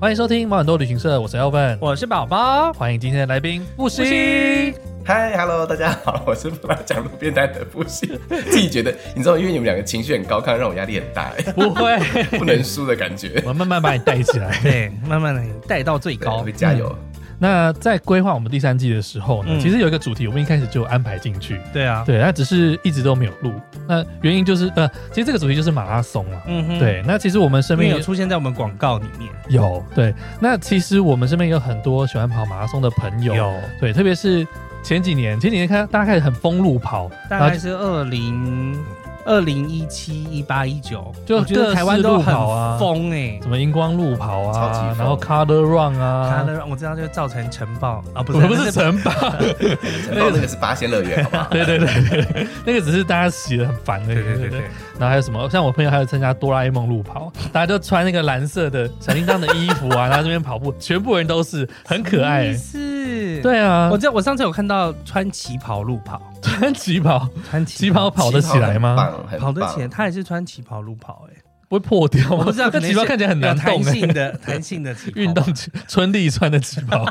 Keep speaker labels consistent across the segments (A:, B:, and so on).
A: 欢迎收听毛很多旅行社，我是 Elvin。
B: 我是宝宝，
A: 欢迎今天的来宾布
B: 不
A: 西。
C: 嗨，Hello，大家好，我是不来讲路边摊的不行，自己觉得你知道，因为你们两个情绪很高亢，让我压力很大， 欸
A: 不会，
C: 不能输的感 觉。
A: 我慢慢把你带起来。
B: 对，慢慢的带到最
C: 对我
B: 高
C: 会。加油。
A: 那在规划我们第三季的时候呢，
B: 嗯
A: 其实有一个主题，我们一开始就安排进去。
B: 对啊，
A: 对，那只是一直都没有录。那原因就是，呃，其实这个主题就是马拉松了。
B: 嗯哼，
A: 对，，那其实我们身
B: 因为
A: 边
B: 有出现在我们广告里面，
A: 有对，那其实我们身边有很多喜欢跑马拉松的朋友，对，特别是前几年，前几年看大家开始很疯路跑，
B: 大
A: 然
B: 概
A: 后
B: 是二零二零一七、一八、一九，
A: 就
B: 我觉得
A: 各
B: 台湾
A: 式
B: 都
A: 路
B: 很
A: 跑啊
B: 疯哎。
A: 什么荧光路跑
C: 超级
A: 啊，
C: 疯
A: 然后 Color Run
B: 他
A: 啊，
B: 的我知道，就造成晨报啊，不是
A: 不是不是
B: 那
A: 城 堡，
C: 然
B: 嗯
C: 后哦那个是八仙乐园，好不好？
A: 对对对对，对那个只是大家洗的很烦的，
B: 对对对对，
A: 然后还有什么，像我朋友还有参加哆啦 A 梦路跑，大家就穿那个蓝色的闪叮当的衣服啊，然后这边跑步，全部人都是很可爱、欸
B: 是，
A: 对
B: 嗯
A: 啊，
B: 我
A: 我
B: 知道，我上次有看到穿旗袍路跑，
A: 穿旗袍，
B: 穿
A: 旗袍跑得起来吗？
C: 很棒，很
B: 跑得
C: 棒
B: 起来，他也是穿旗袍路跑、欸，
A: 不会破掉吗？
B: 我不知道，
A: 那
B: 可能
A: 旗袍看起来很难
B: 是有
A: 动、
B: 弹性
A: 欸。
B: 的 弹性的旗袍吧，
A: 运动旗春丽穿的旗 袍，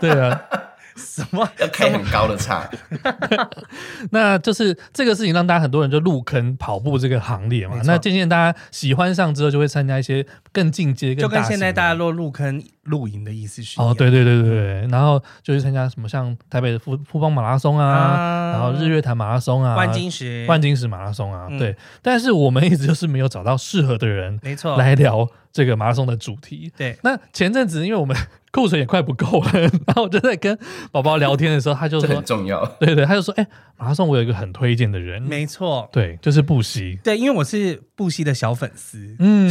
A: 对啊，
B: 什么？
C: 要开很高 的叉，
A: 那就是这个事情让大家很多人就入坑跑步这个行列嘛
B: 没。错
A: 那渐渐大家喜欢上之后，就会参加一些更进阶、
B: 就
A: 更
B: 跟
A: 大型的
B: 现在大家落入坑露营的意思是一样
A: 哦，对对对对对，然后就去参加什么像台北的富富邦马拉松啊，
B: 啊
A: 然后日月潭马拉松啊，
B: 万金石，
A: 万金石马拉松啊，
B: 嗯
A: 对。但是我们一直就是没有找到适合的人
B: 没错，
A: 来聊这个马拉松的主题。
B: 对
A: 那前阵子因为我们 库存也快不够了，然后我就在跟宝宝聊天的时候，他就
C: 这
A: 说
C: 很，重要。
A: 对对，他就说，哎、马拉松我有一个很推荐的人，
B: 没错，
A: 对，就是布希，
B: 对，因为我是布希的小粉丝。
A: 嗯，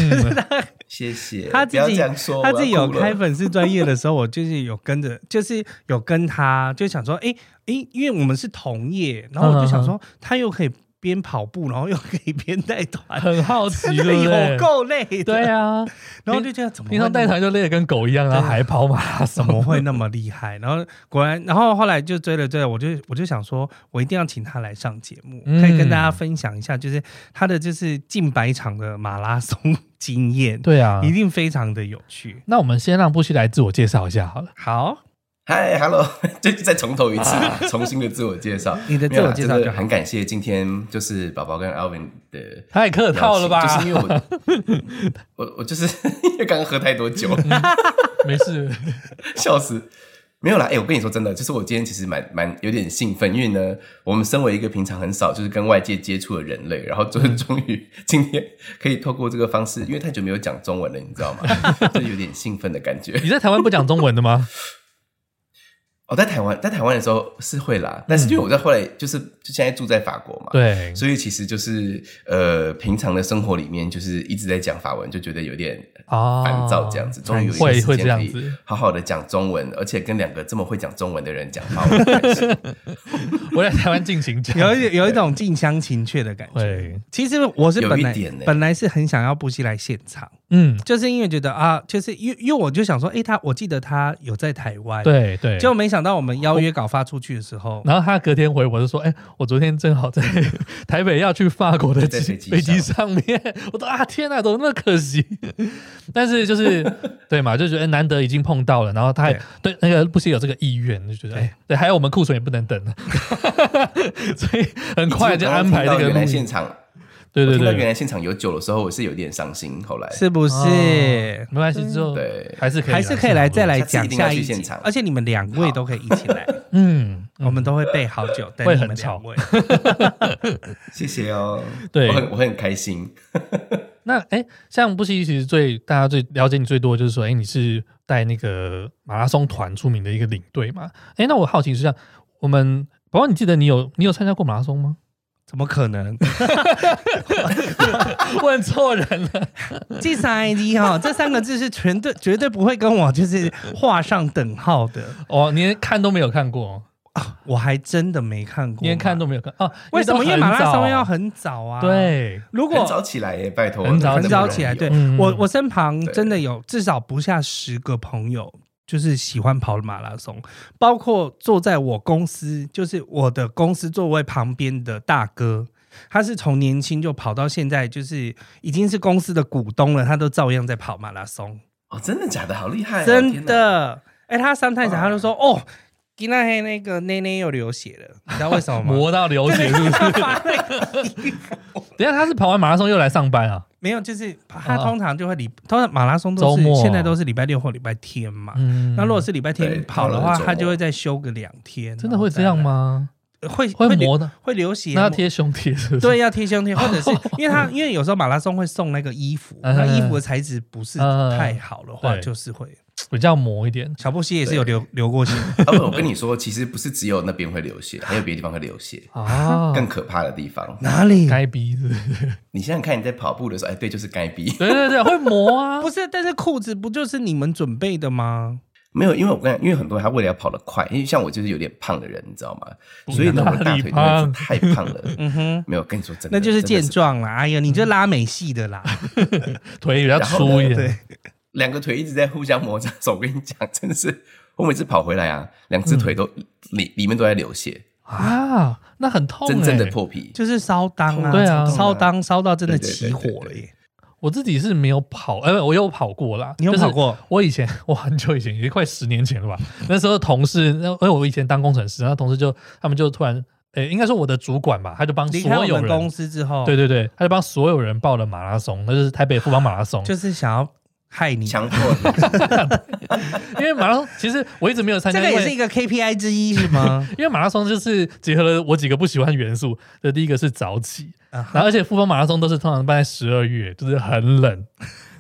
C: 谢谢。
B: 他自
C: 不要
B: 己
C: 这样说，
B: 他自己
C: 我要
B: 有
C: 哭了
B: 开粉丝专业的时候，我就是有跟着， 就是有跟他，就想说，哎、诶，因为我们是同业，然后我就想
A: 嗯
B: 说，他又可以边跑步，然后又可以边带团，
A: 很好奇，
B: 真
A: 对
B: 的
A: 不对
B: 有够累的。
A: 对啊，
B: 然后就觉得怎么会
A: 平常带团就累得跟狗一样，然后还跑马拉
B: 怎
A: 松，
B: 么会那么厉害？然后果然，然后后来就追了追了，我就我就想说，我一定要请他来上节目，
A: 嗯
B: 可以跟大家分享一下，就是他的就是近百场的马拉松经验，
A: 对啊
B: 一。定非常的有趣。
A: 那我们先让布希来自我介绍一下好了。
B: 好，
C: 嗨，Hello，就 再从头一次，重新的自我介绍。
B: 啊你的自我介绍
C: 没有啦真
B: 就
C: 的
B: 好
C: 很感谢今天就是宝宝跟 Alvin 的
A: 太客套了吧？
C: 就是因为我 我我就是 因为刚刚喝太多酒，
A: 没事，
C: 笑死。没有啦，哎、我跟你说真的，就是我今天其实蛮蛮有点兴奋，因为呢，我们身为一个平常很少就是跟外界接触的人类，然后就是终于 今天可以透过这个方式，因为太久没有讲中文了，你知道吗？就有点兴奋的感觉。
A: 你在台湾不讲中文的吗？
C: 我、在台湾，在台湾的时候是会啦，但是因为我在后来就是就现在住在法国嘛，
A: 对，
C: 所以其实就是呃，平常的生活里面就是一直在讲法文，就觉得有点
A: 啊
C: 烦躁这样子。终于有一个
A: 会
C: 时
A: 会这
C: 间
A: 样
C: 可
A: 子
C: 以好好的讲中文，而且跟两个这么会讲中文的人讲法 文，但是
A: 我在台湾进行 讲，
B: 有一有一种近乡情怯的感觉。
A: 会，
B: 其实我是本来
C: 有一点欸
B: 本来是很想要布希来现场，
A: 嗯，
B: 就是因为觉得啊，就是因为因为我就想说，诶，他我记得他有在台湾，，
A: 对对。
B: 结果没想到我们邀约稿发出去的时候，
A: 然后他隔天回我就说：“哎、我昨天正好在台北要去法国的
C: 在
A: 机
C: 飞机
A: 飞机
C: 上
A: 上面，我说啊天哪，怎么那么可惜？ 但是就是对嘛，就觉得、哎难得已经碰到了，然后他还对那个不惜有这个意愿，就觉得哎、对，还有我们库存也不能等了， 所以很快就安排这
C: 到
A: 个
C: 原
A: 录
C: 来
A: 影
C: 现场，
A: 对对
C: 我听到原
A: 对，
C: 来现场有酒的时候，我是有点伤心。后来
B: 是不是？
A: 没关系，之后
C: 对
A: 还是哦可以啊
B: 还是可以来再来
C: 下次
B: 讲
C: 一定要
B: 下
C: 去
B: 一
C: 现
B: 集
C: 场，
B: 而且你们两位都可以一起来，
A: 嗯，
B: 我们都会备好酒等
A: 会
B: 你
A: 很
B: 们
A: 吵
B: 两位。
C: 谢谢哦，
A: 对
C: 我很我很开心。
A: 那哎、诶像布希其实最大家最了解你最多就是说，哎、你是带那个马拉松团出名的 一个领队嘛？哎、那我好奇是这样，我们宝宝，你记得你有你有参加过马拉松吗？
B: 怎么可能？
A: 问错人了。
B: 记上 ID 哈，这三个字是绝对绝对不会跟我就是画上等号的。
A: 哦，你连看都没有看过，哦
B: 啊我还真的没看过，
A: 你连看都没有看哦。
B: 为什么？因为
A: 都
B: 马
A: 很
B: 拉
A: 早
B: 松要很早啊。，
A: 对，
B: 如
C: 很
B: 果
C: 早起来耶，拜托，
A: 很早
C: 真
B: 很
C: 的
B: 早
C: 不容
B: 起来，
C: 易
B: 对
A: 嗯
B: 我我身旁
C: 对
B: 真的有至少不下十个朋友，就是喜欢跑马拉松，包括坐在我公司，就是我的公司座位旁边的大哥。他是从年轻就跑到现在，就是已经是公司的股东了，他都照样在跑马拉松，
C: 哦，真的假的？好厉害哦，
B: 真
C: 天哪，
B: 的。哎、他三太子
C: 哇
B: 他就说：“哦，今天黑那个内内又流血了，你知道为什么 吗
A: 磨到流？”血是不是？
B: 他把那个衣服
A: 等一下他是跑完马拉松又来上班啊？
B: 没有，就是他
A: 哦
B: 通常就会礼，通常马拉松都
A: 周
B: 是
A: 末
B: 现在都是礼拜六或礼拜天嘛。
A: 嗯，
B: 啊那如果是礼拜
C: 对
B: 天跑的
C: 通
B: 话，
C: 常是周
B: 他
C: 末
B: 就会再休个两天。
A: 真的会这样
B: 然后再
A: 吗？
B: 来？会
A: 会
B: 流
A: 磨的，
B: 会流血，
A: 那要贴胸贴是不是？
B: 对要贴胸贴，或 者是因为他因为有时候马拉松会送那个衣服，
A: 嗯
B: 那衣服的材质不是
A: 嗯嗯
B: 太好的话，
A: 对
B: 就是会。
A: 比较磨一点。
B: 小布希也是有流流 过血，
C: 阿啊文，我跟你说，其实不是只有那边会流血，还有别的地方会流血，
A: 啊，
C: 更可怕的地方。
B: 哪里？
A: 该逼是不是？
C: 你想想看，你在跑步的时候，哎，对，就是该逼。
A: 对对对，会磨啊
B: 不。是，但是裤子不就是你们准备的吗？
C: 没有，因为我跟你讲因为很多人他为了要跑得快，因为像我就是有点胖的人，你知道吗？所以呢，
A: 哪
C: 我
A: 里
C: 的大腿真的是太胖了。
B: 嗯哼，
C: 没有，跟你说真的，
B: 那就是健
C: 真的是
B: 壮啦。哎呀，你就拉美系的啦。
A: 嗯腿比较粗一点，
C: 两个腿一直在互相摩擦。我跟你讲，真的是，我每次跑回来啊，两只腿都、
B: 嗯
C: 里里面都在流血，
A: 啊，那很痛、欸。
C: 真正的破皮。
B: 就是烧当啊，
A: 对啊
B: 烧当烧到真的
C: 对对
B: 起
C: 对对
B: 火了
C: 对
B: 耶！
A: 我自己是没有跑，呃，我有跑过啦。
B: 你有跑过？
A: 我以前， 我很久以前，也快十年前了吧。那时候同事，那因为我以前当工程师，然后同事就他们就突然，呃、应该说我的主管吧，他就帮
B: 离开
A: 所
B: 我
A: 有
B: 们公
A: 人，
B: 司之后，
A: 对对对，他就帮所有人报了马拉松，那就是台北富邦马拉松。
B: 就是想要害你。
C: 强迫 你，
A: 因为马拉松，其实我一直没有参
B: 这
A: 加，
B: 个
A: 因
B: 也是一
A: 为
B: 个 KPI 之一是 吗？
A: 因为马拉松就是结合了我几个不喜欢的元素。的第一个是早起，
B: 啊
A: 然后而且富邦马拉松都是通常办在十二月，就是很冷。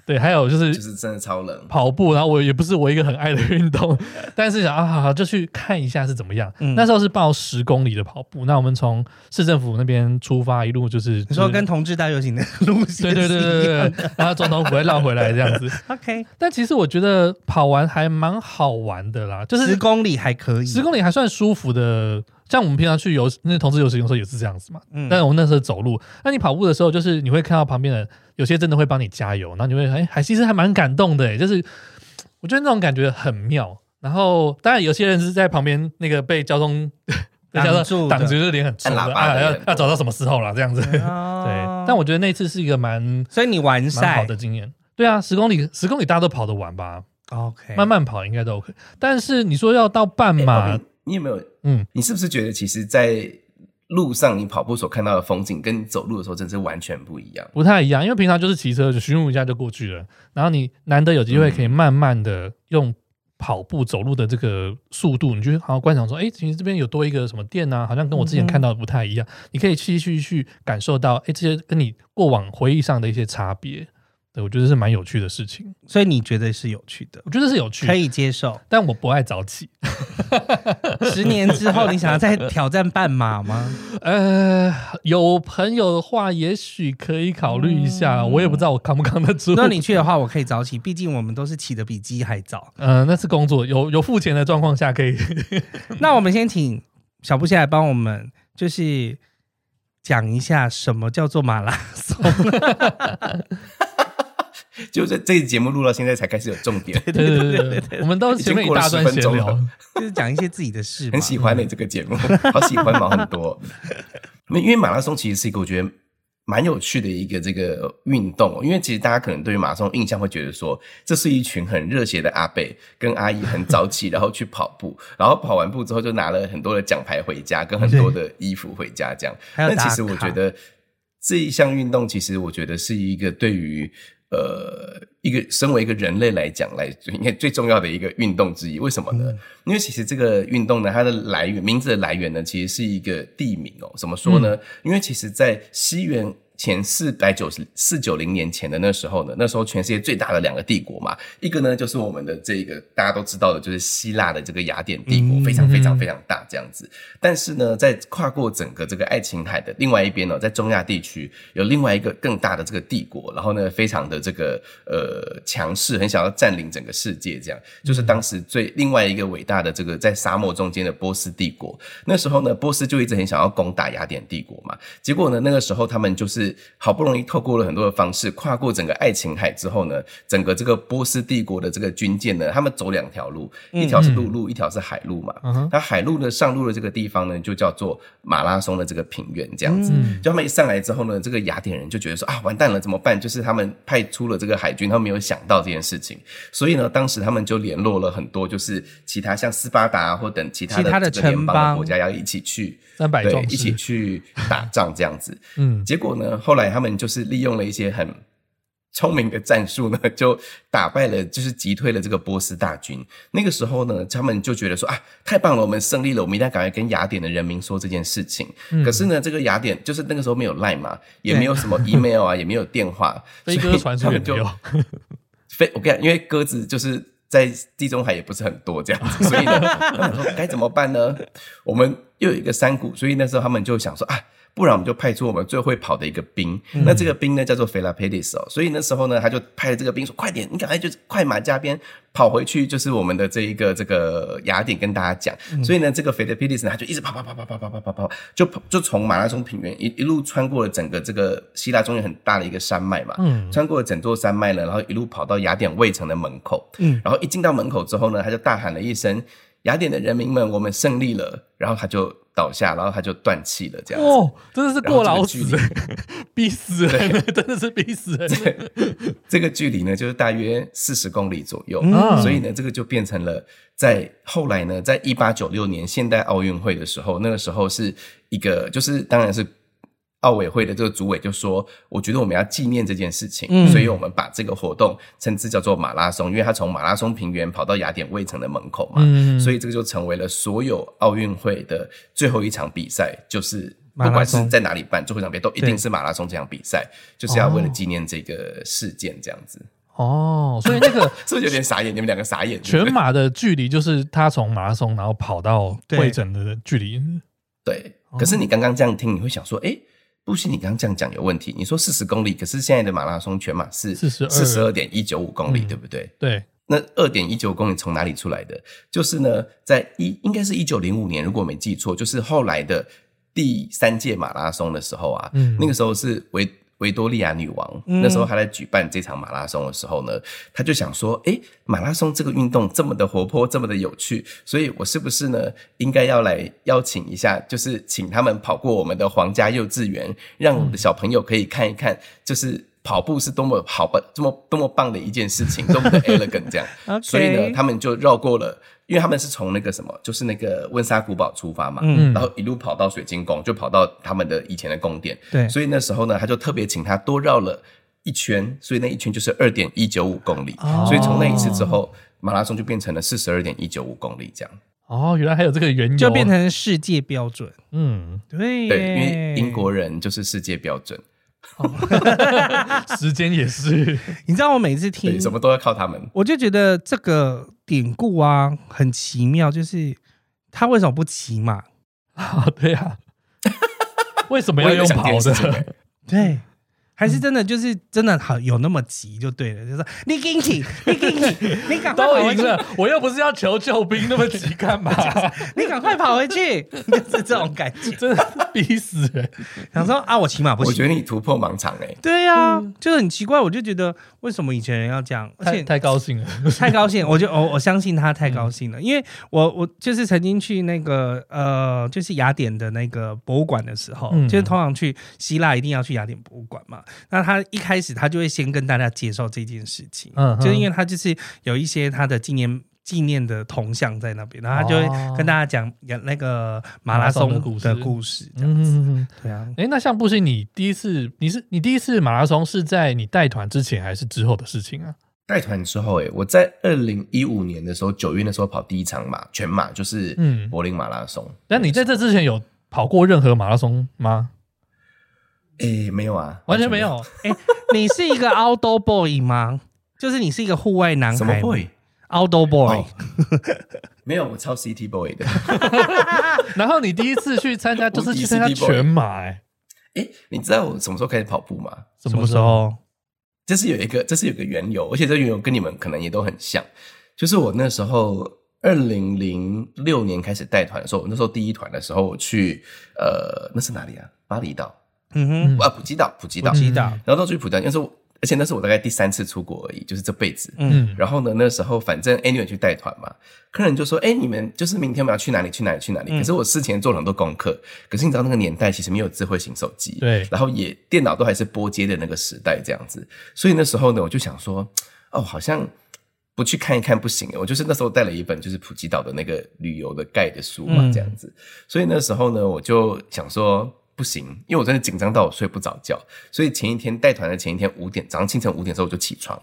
A: 对，还有就是
C: 就是真的超冷。
A: 跑步，然后我也不是我一个很爱的运动，但是想啊，好好就去看一下是怎么样。
B: 嗯
A: 那时候是报十公里的跑步，那我们从市政府那边出发，一路就是
B: 你说跟
A: 就是
B: 同志大游行的路线
A: 对对对
B: 是
A: 对
B: 一样
A: 对对，然后总统府会绕回来这 样子。
B: ，OK，
A: 但其实我觉得跑完还蛮好玩的啦，就是
B: 十公里还可以，
A: 十公里还算舒服的。像我们平常去游那同志游行的时候也是这样子嘛，
B: 嗯
A: 但是我们那时候走路，那你跑步的时候，就是你会看到旁边的有些真的会帮你加油，然后你会哎，还其实还蛮感动的，哎就是我觉得那种感觉很妙。然后当然有些人是在旁边那个被交通 被交
B: 挡
A: 通
B: 住的
A: 挡住，就是脸很臭
C: 按
A: 的
C: 喇叭
A: 啊，
C: 的
A: 要
C: 人
A: 要走到什么时候了这样子。对，
B: 哦
A: 但我觉得那次是一个蛮
B: 所以你完
A: 蛮好
B: 赛
A: 的经验。对啊，十公里十公里大家都跑得完吧，
B: ，OK，
A: 慢慢跑应该都 OK。但是你说要到半
B: 哎
C: 马、
B: 啊
A: 马，
C: 欸，你有没有？
A: 嗯，
C: 你是不是觉得其实，在路上你跑步所看到的风景，跟你走路的时候真的是完全不一样？
A: 不太一样，因为平常就是骑车就巡路一下就过去了，然后你难得有机会可以慢慢的用跑步走路的这个速度，你就好好观赏说，哎、其实这边有多一个什么店啊，好像跟我之前看到的不太一样，你可以继续去感受到，哎、这些跟你过往回忆上的一些差别，对我觉得是蛮有趣的事情，
B: 所以你觉得是有趣的，
A: 我觉得是有趣。
B: 可，以接受
A: 但我不爱早起，
B: 十年之后，你想要再挑战半马 吗？
A: 呃，有朋友的话也许可以考虑一下，我也不知道我扛不扛得住。
B: 如果你去的话，我可以早起，毕竟我们都是起得比鸡还早。
A: 呃，那是工作，有有付钱的状况下可以。
B: 那我们先请小布先来帮我们，就是讲一下什么叫做马拉松。
C: 就是这个节目录到现在才开始有重点，
A: 对对对对对，我们都前面一大段闲
C: 已经过了10分
A: 聊
C: 钟，
B: 就是讲一些自己的事嘛。
C: 很喜欢你、这个节目， 好喜欢毛很多。 那因为马拉松其实是一个我觉得蛮有趣的一个这个运动哦，因为其实大家可能对于马拉松印象会觉得说，这是一群很热血的阿伯跟阿姨很早起，然后去跑步，然后跑完步之后就拿了很多的奖牌回家，跟很多的衣服回家这样。
B: 还有
C: 但其
B: 打
C: 实我
B: 卡
C: 觉得这一项运动，其实我觉得是一个对于呃一个身为一个人类来讲，来应该最重要的一个运动之一。为什么
B: 嗯
C: 呢？因为其实这个运动呢，它的
B: 嗯
C: 来源名字的来源呢，其实是一个地名哦。怎么说呢？因为其实，在西元前四百九十四九零年前的那时候呢，那时候全世界最大的两个帝国嘛，一个呢就是我们的这个大家都知道的，就是希腊的这个雅典帝国，
B: 嗯
C: 非常非常非常大这样子。但是呢，在跨过整个这个爱琴海的另外一边呢、在中亚地区有另外一个更大的这个帝国，然后呢，非常的这个呃强势，很想要占领整个世界，这样就是
B: 嗯
C: 当时最另外一个伟大的这个在沙漠中间的波斯帝国。那时候呢，波斯就一直很想要攻打雅典帝国嘛，结果呢，那个时候他们就是好不容易透过了很多的方式跨过整个爱琴海之后呢，整个这个波斯帝国的这个军舰呢，他们走两条路，一条是陆路，一条是海路嘛。
A: 嗯哼，
C: 那海路的上路的这个地方呢，就叫做马拉松的这个平原，这样子。
A: 嗯
C: 就他们一上来之后呢，这个雅典人就觉得说啊，完蛋了，怎么办？就是他们派出了这个海军，他们没有想到这件事情，所以呢，当时他们就联络了很多就是其他像斯巴达或等其他
B: 其他的
C: 的这个联
B: 城
C: 邦
B: 邦
C: 的国家要一起去，
A: 三百
C: 对，
A: 壮
C: 一起
A: 士，
C: 去打仗这样子。
A: 嗯，
C: 结果呢，后来他们就是利用了一些很聪明的战术呢，就打败了，就是击退了这个波斯大军。那个时候呢，他们就觉得说啊，太棒了，我们胜利了，我们一定要赶快跟雅典的人民说这件事情。
A: 嗯
C: 可是呢，这个雅典就是那个时候没有 Line 嘛，也没 有什么 email 啊，也没有电话，所
A: 飞
C: 以
A: 鸽传
C: 他
A: 书也
C: 们
A: 没
C: 就
A: 有，
C: 飞，我跟你讲，因为鸽子就是在地中海也不是很多这 样子，所以呢，他们说该怎么办呢？我们又有一个山谷，所以那时候他们就想说啊。不然我们就派出我们最会跑的一个兵，那这个兵呢叫做菲拉佩 e 斯哦，所以那时候呢他就派了这个兵说快点，你赶快就是快马加鞭跑回去，就是我们的这一个这个雅典跟大家讲。所以呢这个菲拉佩 e 斯呢他就一直跑跑跑跑跑跑跑跑跑，就跑就从马拉松平原一一路穿过了整个这个希腊中原很大的一个山脉嘛，
A: 嗯
C: 穿过了整座山脉呢，然后一路跑到雅典卫城的门口。
B: 嗯，
C: 然后一进到门口之后呢，他就大喊了一声：“雅典的人民们，我们胜利了！”然后他就倒下，然后他就断气了，这样子。
A: 哦，真的是过劳死欸
C: 然后，
A: 逼死人了，真的是逼死人。
C: 这个距离呢，就是大约四十公里左右。
A: 嗯
C: 所以呢，这个就变成了在后来呢，在一八九六年现代奥运会的时候，那个时候是一个，就是当然是奥委会的这个主委就说，我觉得我们要纪念这件事情，
B: 嗯
C: 所以我们把这个活动称之叫做马拉松，因为它从马拉松平原跑到雅典卫城的门口嘛，
A: 嗯
C: 所以这个就成为了所有奥运会的最后一场比赛，就是。
B: 马
C: 不
B: 拉
C: 管是
B: 松
C: 在哪里办，最后一场比赛都一定
B: 对
C: 是马拉松这场比赛，就是要为了
A: 哦
C: 纪念这个事件这样子。
A: 哦，所以那个
C: 是不是有点傻眼？你们两个傻眼，对不
A: 全
C: 对
A: 马的距离就是他从马拉松然后跑到
B: 对
A: 会诊的距离，
C: 对。可是你刚刚这样听，你会想说，哎，不行，你刚刚这样讲有问题。你说四十公里，可是现在的马拉松全马是
A: 42
C: 四十二点一九五公里，
A: 嗯
C: 对不对？
A: 对，
C: 那二点一九公里从哪里出来的？就是呢，在一应该是一九零五年，如果我没记错，就是后来的第三届马拉松的时候啊，
A: 嗯
C: 那个时候是维维多利亚女王，
B: 嗯
C: 那时候她在举办这场马拉松的时候呢，她就想说，诶，马拉松这个运动这么的活泼，这么的有趣，所以我是不是呢，应该要来邀请一下，就是请他们跑过我们的皇家幼稚园，让我的小朋友可以看一看，就是。跑步是多么好吧，这么多么棒的一件事情，多么的 elegant 这样。
B: OK
C: 所以呢，他们就绕过了，因为他们是从那个什么，就是那个温莎古堡出发嘛，
B: 嗯
C: 然后一路跑到水晶宫，就跑到他们的以前的宫殿。
B: 对
C: 所以那时候呢，他就特别请他多绕了一圈，所以那一圈就是二点一九五公里。
A: 哦
C: 所以从那一次之后，马拉松就变成了四十二点一九五公里这样。
A: 哦，原来还有这个缘由，
B: 就变成世界标准。
A: 嗯，
B: 对
C: 对，
B: 耶
C: 因为英国人就是世界标准，
A: 时间也是，
B: 你知道我每次听
C: 对，什么都要靠他们。
B: 我就觉得这个典故啊很奇妙，就是他为什么不骑马？
A: 啊对啊，为什么
C: 我
A: 要
C: 也在
A: 用
C: 想这
A: 跑
C: 件事情
A: 的？
C: 欸
B: 对，还是真的就是真的好有那么急就对了，就是说你给你，你给你，你赶快
A: 都
B: 跑回
A: 赢
B: 去，
A: 了，我又不是要求救兵，那么急干嘛？
B: 你赶快跑回去，就是这种感觉。
A: 真的是逼死人！
B: 想说啊，我骑马不
C: 我
B: 行。
C: 觉得你突破盲场哎、
B: 对呀、就很奇怪，我就觉得为什么以前人要这样，而
A: 太
B: 且
A: 太高兴了，
B: 太高兴，我就哦我我相信他太高兴
A: 嗯
B: 了，因为我我就是曾经去那个呃，就是雅典的那个博物馆的时候，
A: 嗯
B: 就是通常去希腊一定要去雅典博物馆嘛。那他一开始他就会先跟大家介绍这件事情，
A: 嗯哼
B: 就是因为他就是有一些他的纪念。纪念的铜像在那边，然后他就
A: 哦
B: 会跟大家讲讲那个马拉松
A: 马拉松的
B: 的
A: 故事
B: 故事，这样子。
A: 嗯，
B: 对啊，
A: 哎，那像布西，你第一次你是你第一次马拉松是在你带团之前还是之后的事情啊？
C: 带团之后、欸，我在二零一五年的时候，九月那时候跑第一场马全马，就是
A: 嗯
C: 柏林马拉松。
A: 那你在这之前有跑过任何马拉松吗？
C: 哎，没有啊，
A: 完全没有。
B: 哎、你是一个 outdoor boy 吗？就是你是一个户外男孩
C: 什
B: 吗
C: 么 boy，
B: outdoor boy，、
C: 哦没有，我超 CT boy 的。
A: 然后你第一次去参加，就是去参加全马、哎，
C: 哎，你知道我什么时候开始跑步吗？
A: 什
B: 什么时
A: 候？
B: 候？
C: 这是有一个，这是有个缘由，而且这个缘由跟你们可能也都很像。就是我那时候二零零六年开始带团的时候，我那时候第一团的时候，我去呃，那是哪里啊？巴厘岛
B: 嗯哼，
C: 啊，普吉岛，普吉岛，
B: 我知 道，
C: 然后到去普吉岛，那时候，而且那是我大概第三次出国而已，就是这辈子。
B: 嗯
C: 然后呢，那时候反正 anyway 去带团嘛，客人就说：“哎，你们就是明天我们要去哪里？去哪里？去哪里？”可是我事前做了很多功课，可是你知道那个年代其实没有智慧型手机，
A: 对
C: 然后也电脑都还是拨接的那个时代这样子，所以那时候呢，我就想说，哦，好像不去看一看不行，我就是那时候带了一本就是普吉岛的那个旅游的盖的书嘛，
B: 嗯
C: 这样子，所以那时候呢，我就想说。不行，因为我真的紧张到我睡不着觉，所以前一天带团的前一天五点，早上清晨五点的时候我就起床，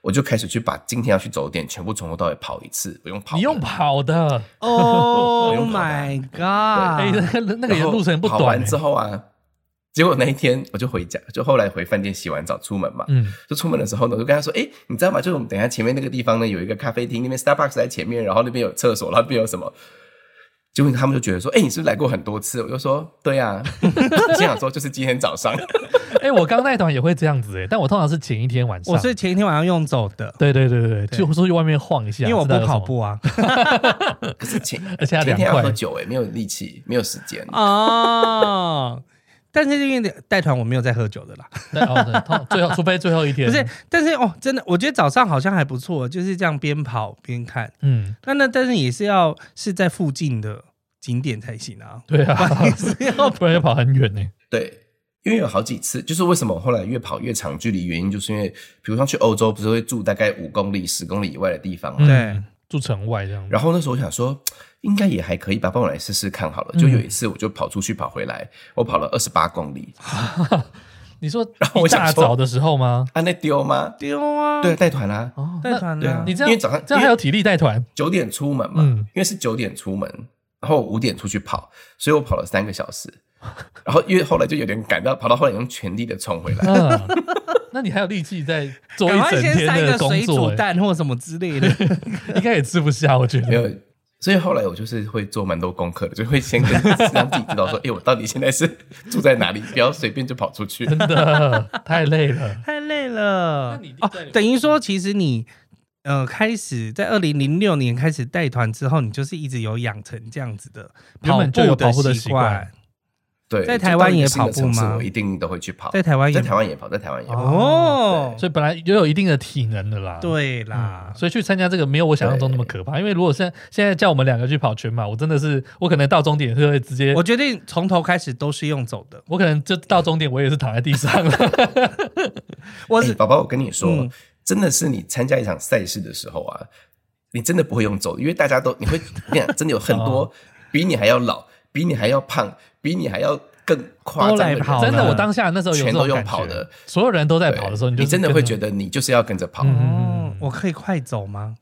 C: 我就开始去把今天要去走的点全部从头到尾跑一次，我用跑的，
A: 你用跑的，
B: Oh
C: 用跑
B: my
C: 的
A: 哎、
B: god！
A: 那个那个也路程不
C: 然后跑
A: 短、欸
C: 完之后啊，结果那一天我就回家，就后来回饭店洗完澡出门嘛，
A: 嗯，
C: 就出门的时候呢，我就跟他说：“哎，你知道吗？就是我们等一下前面那个地方呢，有一个咖啡厅，那边 Starbucks 在前面，然后那边有厕所，然后那边有什么。”结果他们就觉得说：“哎，你是不是来过很多次？”我就说：“对啊。”心想说：“就是今天早上。
A: 哎、我刚那一团也会这样子、哎，但我通常是前一天晚上。
B: 我是前一天晚上用走的，
A: 对对对对，就出去外面晃一下，
B: 因为我
A: 知道
B: 不
A: 有什
B: 跑
A: 么，
B: 步啊。
C: 可是前
A: 而且还
C: 前天
A: 凉
C: 要
A: 快
C: 喝酒哎、没有力气，没有时间。
B: 哦，但是因为带团我没有在喝酒的啦，
A: 对哦，对通最后除非最后一天，啊
B: 不是，，但是哦，真的，我觉得早上好像还不错，就是这样边跑边看。
A: 嗯，
B: 那那但是也是要是在附近的景点才行啊，
A: 对 啊，
B: 也是要
A: 不然要跑很远呢、
C: 对，因为有好几次，就是为什么我后来越跑越长距离，原因就是因为，比如像去欧洲，不是会住大概五公里、十公里以外的地方嘛。
B: 对
A: 嗯，住城外这样子，
C: 然后那时候我想说，应该也还可以吧，帮我来试试看
B: 嗯
C: 好了。就有一次，我就跑出去跑回来，我跑了二十八公里，
A: 你说
C: 后我
A: 一大
C: 想说
A: 早的时候吗？
C: 啊，那丢吗？
B: 丢啊，
C: 对，，带团啦、
A: 哦，
B: 带团
C: 对
B: 的
C: 啊
A: 那，你这样
C: 因为早上
A: 这样还有体力 带团，
C: 九点出门嘛，
A: 嗯
C: 因为是九点出门，然后五点出去跑，所以我跑了三个小时。然后因为后来就有点赶到，跑到后来用全力的冲 回来。
A: 嗯，那你还有力气在做一
B: 赶快
A: 整
B: 先塞
A: 天
B: 个
A: 的工
B: 水
A: 作、
B: 煮
A: 欸，
B: 蛋或什么之类的。
A: 应该也吃不下，我觉
C: 没
A: 得。
C: 有，
B: 嗯
C: 所以后来我就是会做蛮多功课的，就会先跟让自己知道说，哎、 我到底现在是住在哪里， 不要随便就跑出去。
A: 真的太累了，
B: 太累了。
A: 那你
B: 哦
A: 在，
B: 等于说，其实你呃开始在二零零六年开始带团之后，你就是一直有养成这样子的
A: 原本就有跑步的
B: 习
A: 习惯
B: 惯，
C: 对，
B: 在
C: 就
B: 台湾
C: 到一个
B: 也
C: 新的
B: 跑步
C: 城市
B: 吗
C: 我一定都会去跑，
B: 在台湾
C: 在
B: 也
C: 台湾也跑，在台湾也跑。
B: 哦，
A: 所以本来也有一定的体能的啦。嗯
B: 对啊啦，
A: 所以去参加这个没有我想象中那么可怕，因为如果现在现在叫我们两个去跑全马，我真的是我可能到终点是会直接，
B: 我
A: 我
B: 决定从头开始都是用走的，
A: 可能就到终点我也是躺在地上了。
B: 我
C: 哎
B: 只
C: 宝宝，我跟你说，
B: 嗯
C: 真的是你参加一场赛事的时候啊，你真的不会用走的，因为大家都你会， 你看，真的有很多
B: 哦
C: 比你还要老，比你还要胖，比你还要更夸张的
B: 都来
C: 人
B: 跑了
A: 真的，我当下那时候有这
C: 全都
A: 种
C: 用
A: 感
C: 跑
A: 觉
C: 的，
A: 所有人都在
C: 对
A: 跑的时候，
C: 你
A: 就你
C: 真的会觉
A: 得
C: 得你就是要跟着跑。
A: 嗯
B: 哦，我可以快走吗？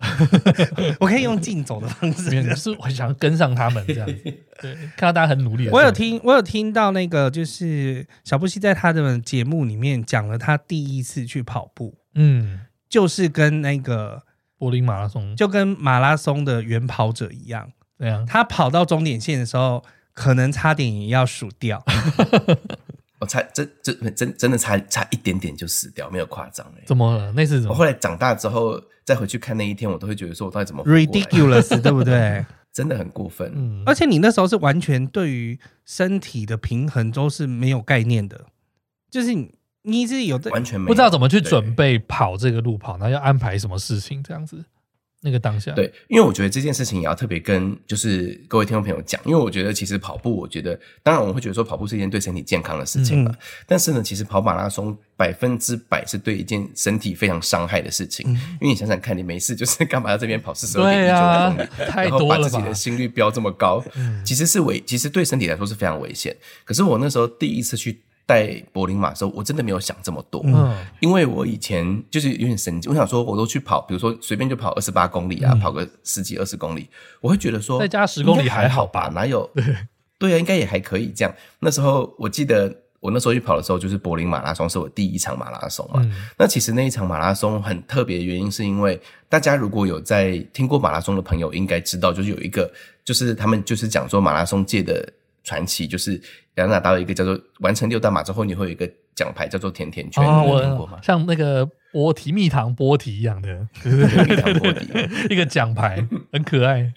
B: 我可以用竞走的方
A: 你
B: 式。
A: 就是我想要跟上他们这样子。 对，看到大家很努力的时候，
B: 我有听，我有听到那个，就是小布希在他的节目里面讲了他第一次去跑步，
A: 嗯，
B: 就是跟那个
A: 柏林马拉松
B: 就跟马拉松的原跑者一样，
A: 这样，
B: 他跑到终点线的时候，可能差点也要数 掉。
C: 我差真真真真的差差一点点就死掉，没有夸张哎。
A: 怎么了？那是怎么？
C: 我后来长大之后再回去看那一天，我都会觉得说我到底怎么活过来
B: ridiculous，对不 对？
C: 真的很过分。
A: 嗯
B: 而且你那时候是完全对于身体的平衡都是没有概念的，就是你你是有的，
C: 完全没有
A: 不知道怎么去准备
C: 对
A: 跑这个路跑，然后要安排什么事情这样子。那个当下，，
C: 对，因为我觉得这件事情也要特别跟就是各位听众朋友讲，因为我觉得其实跑步，我觉得当然我们会觉得说跑步是一件对身体健康的事
A: 嗯
C: 情嘛，但是呢，其实跑马拉松百分之百是对一件身体非常伤害的事情，因为你想想看，你没事就是干嘛要这边跑四十二点
A: 嗯对
C: 一
A: 啊
C: 九公里，
A: 太
C: 然后
A: 多
C: 把
A: 了
C: 自己
A: 吧嗯
C: 的心率飙这么高，其实是危，其实对身体来说是非常危险。可是我那时候第一次去带柏林马的时候，我真的没有想这么多，
A: 嗯，
C: 因为我以前就是有点神经，我想说我都去跑，比如说随便就跑二十八公里
A: 嗯
C: 啊，跑个十几二十公里，我会觉得说
A: 再加10公里
C: 应该还
A: 还好 吧，
C: 吧哪有？对啊，应该也还可以这样。那时候我记得我那时候去跑的时候，就是柏林马拉松是我第一场马拉松嘛。
A: 嗯
C: 那其实那一场马拉松很特别的原因，是因为大家如果有在听过马拉松的朋友，应该知道，就是有一个，就是他们就是讲说马拉松界的传奇，就是雅纳达有一个叫做完成六大马之后，你会有一个奖牌叫做甜甜圈，
A: 哦，
C: 你有听过
A: 我
C: 吗？
A: 像那个波提蜜糖波提一样的，
C: 蜜糖波提
A: 一个奖牌，很可爱。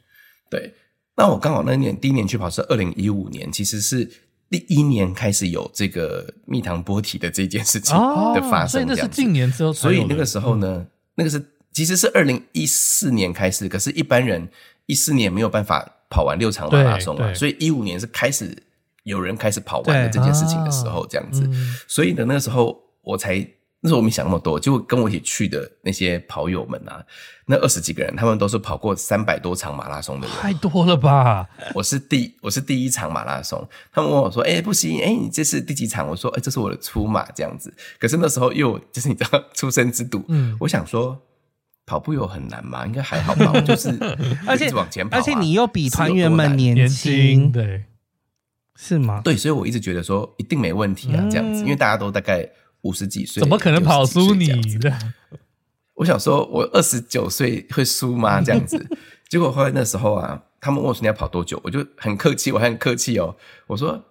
C: 对，那我刚好那年第一年去跑是二零一五年，其实是第一年开始有这个蜜糖波提的这件事情
A: 哦
C: 的发
A: 所以
C: 生，
A: 那
C: 这
A: 是
C: 样子。
A: 近年之后才
C: 所
A: 有的，
C: 以那个时候
A: 嗯
C: 呢，那个是其实是二零一四年开始，可是一般人一四年没有办法跑完六场马拉松
A: 对
C: 嘛，
A: 对
C: 所以一五年是开始有人开始跑完了
B: 对
C: 这件事情的时候，这样子。
A: 嗯
C: 所以呢，那个时候我才那时候我没想那么多，就跟我一起去的那些跑友们啊，那二十几个人，他们都是跑过三百多场马拉 松的人。
A: 太多了吧？
C: 我是第我是第一场马拉松，他们问我说：“哎、不行，哎、你这是第几场？”我说：“哎、这是我的初马这样子。”可是那时候又就是你知道出生之犊，
A: 嗯
C: 我想说跑步有很难吗？应该还好吧，我就是
B: 而
C: 一
B: 且
C: 直往前跑、啊，
B: 而且你又比
C: 是有
B: 团
C: 多
B: 员们
C: 难
B: 年
A: 年轻
B: 轻，
A: 对，
B: 是吗？
C: 对，所以我一直觉得说一定没问题啊，这样子，
B: 嗯
C: 因为大家都大概五十几岁，
A: 怎么可能跑
C: 60几
A: 输
C: 岁
A: 你
C: 这样子？
A: 的？
C: 我想说，我二十九岁会输吗？这样子，结果后来那时候啊，他们问我说你要跑多久，我就很客气，我还很客气哦，我说